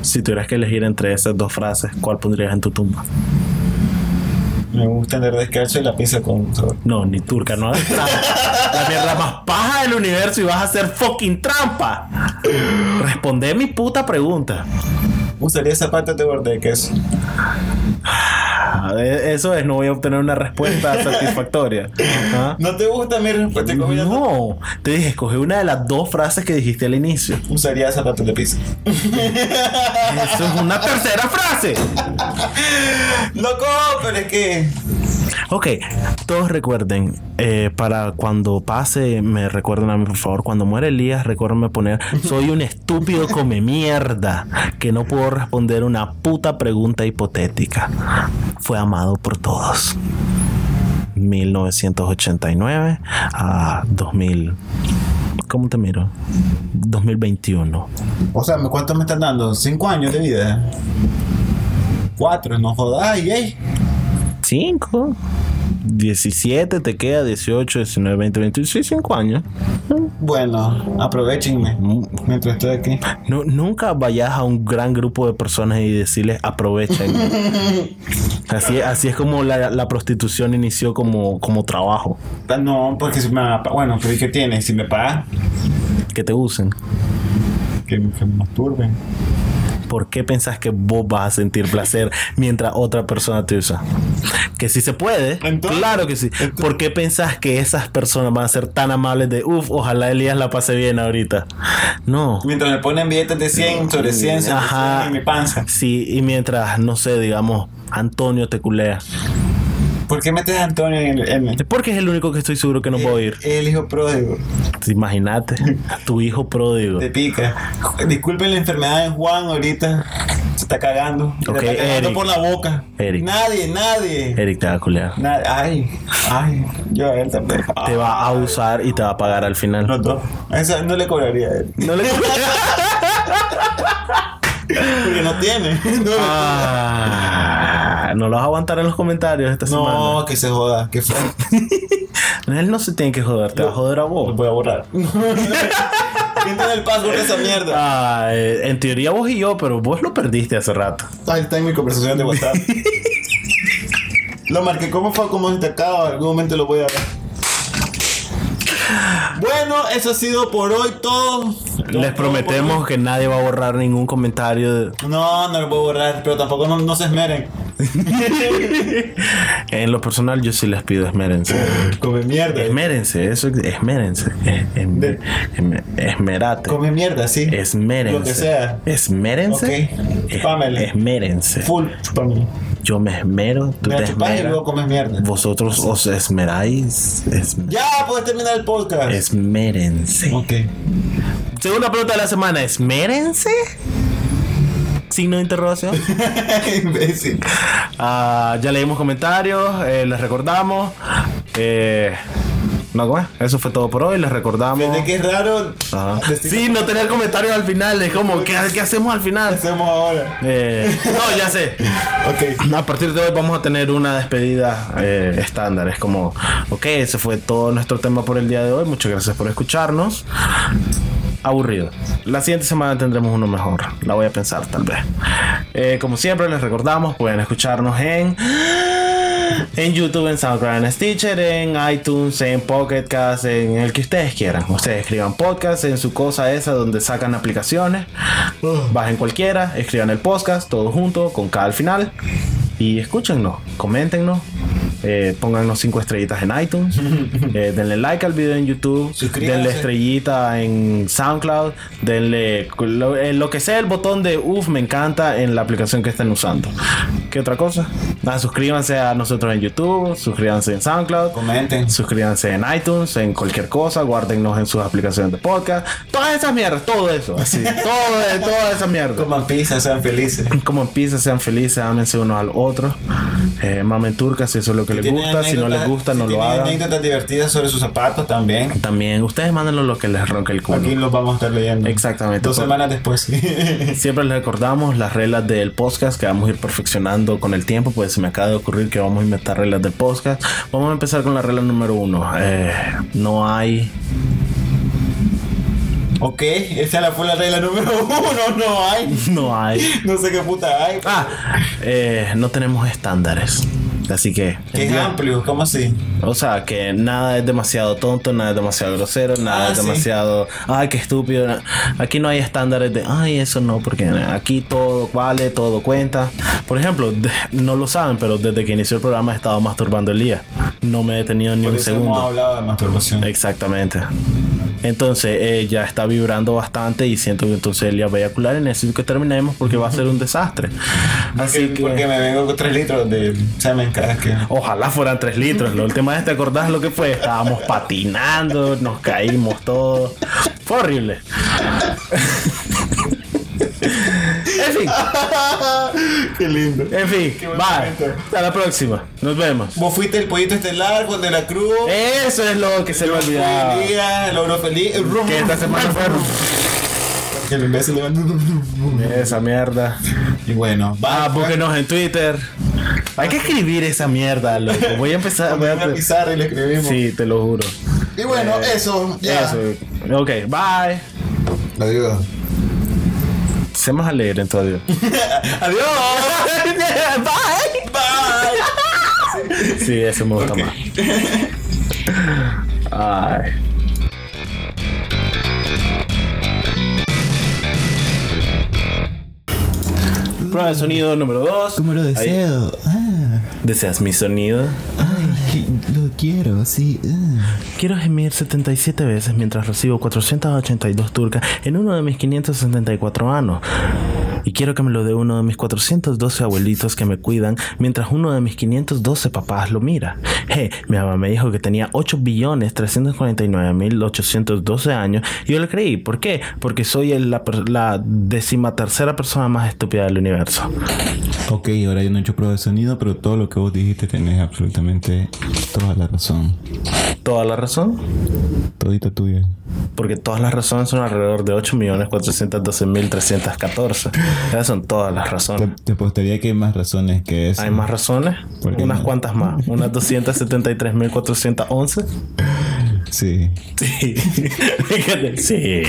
Si tuvieras que elegir entre esas dos frases, ¿cuál pondrías en tu tumba?
Me gusta andar descalzo y la pizza con sabor.
No, ni turca, no hagas trampa. La mierda más paja del universo y vas a hacer fucking trampa. Responde mi puta pregunta.
Usaría zapatos de borde de queso.
Ah, e- Eso es, no voy a obtener una respuesta satisfactoria. Ajá.
¿No te gusta mi respuesta? Como ya-
No, te dije, escoge una de las dos frases que dijiste al inicio.
Usaría zapatos de pizza.
Eso es una tercera frase.
Loco, pero es que.
Ok, todos recuerden, eh, para cuando pase, me recuerden a mí, por favor, cuando muere Elías, recuérdenme poner, soy un estúpido come mierda, que no puedo responder una puta pregunta hipotética. Fue amado por todos. 1989 a 2000. ¿Cómo te miro? 2021.
O sea, ¿cuánto me están dando? ¿Cinco años de vida? Cuatro, no jodas, gay.
5. 17 te queda, 18, 19, 20, 21, sí, 5 años.
Bueno, aprovechenme mientras estoy aquí.
No, nunca vayas a un gran grupo de personas y decirles aprovechen. así, así es como la, la prostitución inició como, como trabajo.
Ah, No, porque si me van a pa- Bueno, pero ¿y ¿qué tiene? Si me pagan,
Que te usen.
que, que me masturben.
¿Por qué pensás que vos vas a sentir placer mientras otra persona te usa? Que sí se puede.
Entonces-
claro que sí. ¿Por qué pensás que esas personas van a ser tan amables de, uff, ojalá Elías la pase bien ahorita? No.
Mientras me ponen billetes de 100 sobre 100, sobre
Ajá.
100 en mi panza.
Sí, y mientras, no sé, digamos, Antonio te culea.
¿Por qué metes a Antonio en el... en el-
Porque es el único que estoy seguro que no puedo ir.
el hijo pródigo.
Imagínate, tu hijo pródigo.
Te pica. Disculpen la enfermedad de Juan ahorita. Se está cagando. Se
Ok,
está cagando
Eric.
por la boca.
Eric.
Nadie, nadie.
Eric te va a culear.
Nadie. Ay, ay. Yo a él también. Ah,
Te va a usar y te va a pagar al final.
Los dos. Eso no le cobraría a él.
No le
Porque no tiene. No,
Ah, no lo vas a aguantar en los comentarios esta
No, que se joda. Que fue.
semana. Él no se tiene que joder, te va a joder a vos.
voy a borrar. Pintan el password de esa mierda.
Ah, eh, en teoría vos y yo, pero vos lo perdiste hace rato.
Ahí está en mi conversación de WhatsApp. Lo marqué como fue como destacado, en algún momento lo voy a ver. Bueno, eso ha sido por hoy todo.
Les prometemos que nadie va a borrar ningún comentario de-
No, no lo puedo borrar, pero tampoco no, no se esmeren.
En lo personal, yo sí les pido esmérense.
Come mierda.
Esmérense, eso, esmérense. Es- esme- esme- Esmerate.
Come mierda, sí.
Esmérense.
Lo que sea.
Esmérense.
Ok. Chúpamela.
Esmérense.
Full, chúpame.
Yo me esmero, tú
Me
te
la chupas y
esmeras.
luego comes mierda.
Vosotros os esmeráis. Esm-
Ya, puedes terminar el podcast.
esmérense.
Ok.
Segunda pregunta de la semana, ¿esmérense? Signo de interrogación.
Imbécil.
Ah, ya leímos comentarios, eh, les recordamos. Eh, no, ¿cómo es? Eso fue todo por hoy, les recordamos.
Fíjate que es raro.
Ajá.
decir
Sí, no tener comentarios al final, es como, ¿qué, qué hacemos al
qué
final?
hacemos ahora.
Eh, no, ya sé.
Ok.
A partir de hoy vamos a tener una despedida eh, estándar. Es como, ok, ese fue todo nuestro tema por el día de hoy. Muchas gracias por escucharnos. Aburrido. La siguiente semana tendremos uno mejor. La voy a pensar tal vez. Eh, como siempre les recordamos, pueden escucharnos en... En YouTube, en SoundCloud, en Stitcher, en iTunes, en Pocket Cast, en el que ustedes quieran. Ustedes escriban podcast en su cosa esa donde sacan aplicaciones. Bajen cualquiera, escriban el podcast, todo junto, con K al final. Y escúchennos, coméntenos, eh, pónganos 5 estrellitas en iTunes, eh, denle like al video en YouTube,
Suscríbanse.
denle estrellita en SoundCloud, denle lo, eh, lo que sea el botón de uff, me encanta en la aplicación que estén usando. ¿Qué otra cosa? Nada, suscríbanse a nosotros en YouTube, suscríbanse en SoundCloud,
Comenten.
suscríbanse en iTunes, en cualquier cosa, guárdennos en sus aplicaciones de podcast, todas esas mierdas, todo eso, así, todo, toda esa mierda.
Coman pizza, sean felices.
Como empieza, sean felices, ámense unos al otro. Eh, mamen turca si eso es lo que que les gusta, si no les gusta, no lo hagan.
anécdotas divertidas sobre sus zapatos también.
También, ustedes mándenos lo que les ronque el culo.
Aquí los vamos a estar leyendo.
Exactamente.
Dos
Por-
semanas después.
Siempre les recordamos las reglas del podcast que vamos a ir perfeccionando con el tiempo, pues se me acaba de ocurrir que vamos a inventar reglas del podcast. Vamos a empezar con la regla número uno. Eh, no hay...
ok, esa la fue la regla número uno. No hay.
No hay...
No sé qué puta hay.
Ah, eh, no tenemos estándares. Así que...
que es amplio, ¿cómo así?
O sea, que nada es demasiado tonto, nada es demasiado grosero, nada
Ah,
es
sí.
demasiado... Ay, qué estúpido. Aquí no hay estándares de... Ay, eso no, porque aquí todo vale, todo cuenta. Por ejemplo, de- no lo saben, pero desde que inició el programa he estado masturbando el día. No me he detenido ni
Por
un
eso hemos
segundo.
hablado de masturbación.
Exactamente. Entonces, eh, ya está vibrando bastante y siento que entonces él ya va a eyacular y necesito que terminemos porque va a ser un desastre. Así
Porque-
que...
Porque me vengo con 3 litros de semen cada que.
Ojalá fueran tres litros. La última vez te acordás lo que fue. Estábamos patinando, nos caímos todos. Fue horrible. en fin,
Qué lindo.
en fin.
buen
Bye.
momento.
Hasta la próxima. Nos vemos.
Vos fuiste el pollito estelar con De la Cruz.
Eso es lo que se me olvidaba.
Elías, Logro Feliz.
Que esta semana fue
El imbécil le va-
esa mierda.
Y bueno, va.
Ah, búsquenos en Twitter. Hay que escribir esa mierda, loco. Voy a empezar. Voy
Ponemos
a...
una pizarra y le escribimos.
Sí, te lo juro.
Y bueno,
Eh,
eso. Ya.
Eso. Ok, bye.
Lo digo.
Sé más alegre entonces.
Adiós.
bye.
Bye.
Sí, ese me gusta
Ok.
más. Ay. Prueba de sonido número 2.
Como lo deseo. Ah,
¿Deseas mi sonido?
ay, lo quiero, sí. ah.
Quiero gemir 77 veces mientras recibo 482 turcas en uno de mis 574 anos. Y quiero que me lo dé uno de mis 412 abuelitos que me cuidan mientras uno de mis 512 papás lo mira. Hey, mi mamá me dijo que tenía 8 billones 349 mil 812 años y yo le creí. ¿Por qué? Porque soy el- la, per- la decimatercera persona más estúpida del universo.
Ok, ahora yo no he hecho prueba de sonido, pero todo lo que vos dijiste tenés absolutamente toda la razón.
¿Toda la razón?
Todita tuya.
Porque todas las razones son alrededor de 8.412.314. Esas son todas las
Te,
razones.
te apostaría que hay más razones que eso.
¿Hay más razones?
¿Por qué
Unas
no?
cuantas más. Unas 273.411.
Sí.
Sí. Fíjate. sí.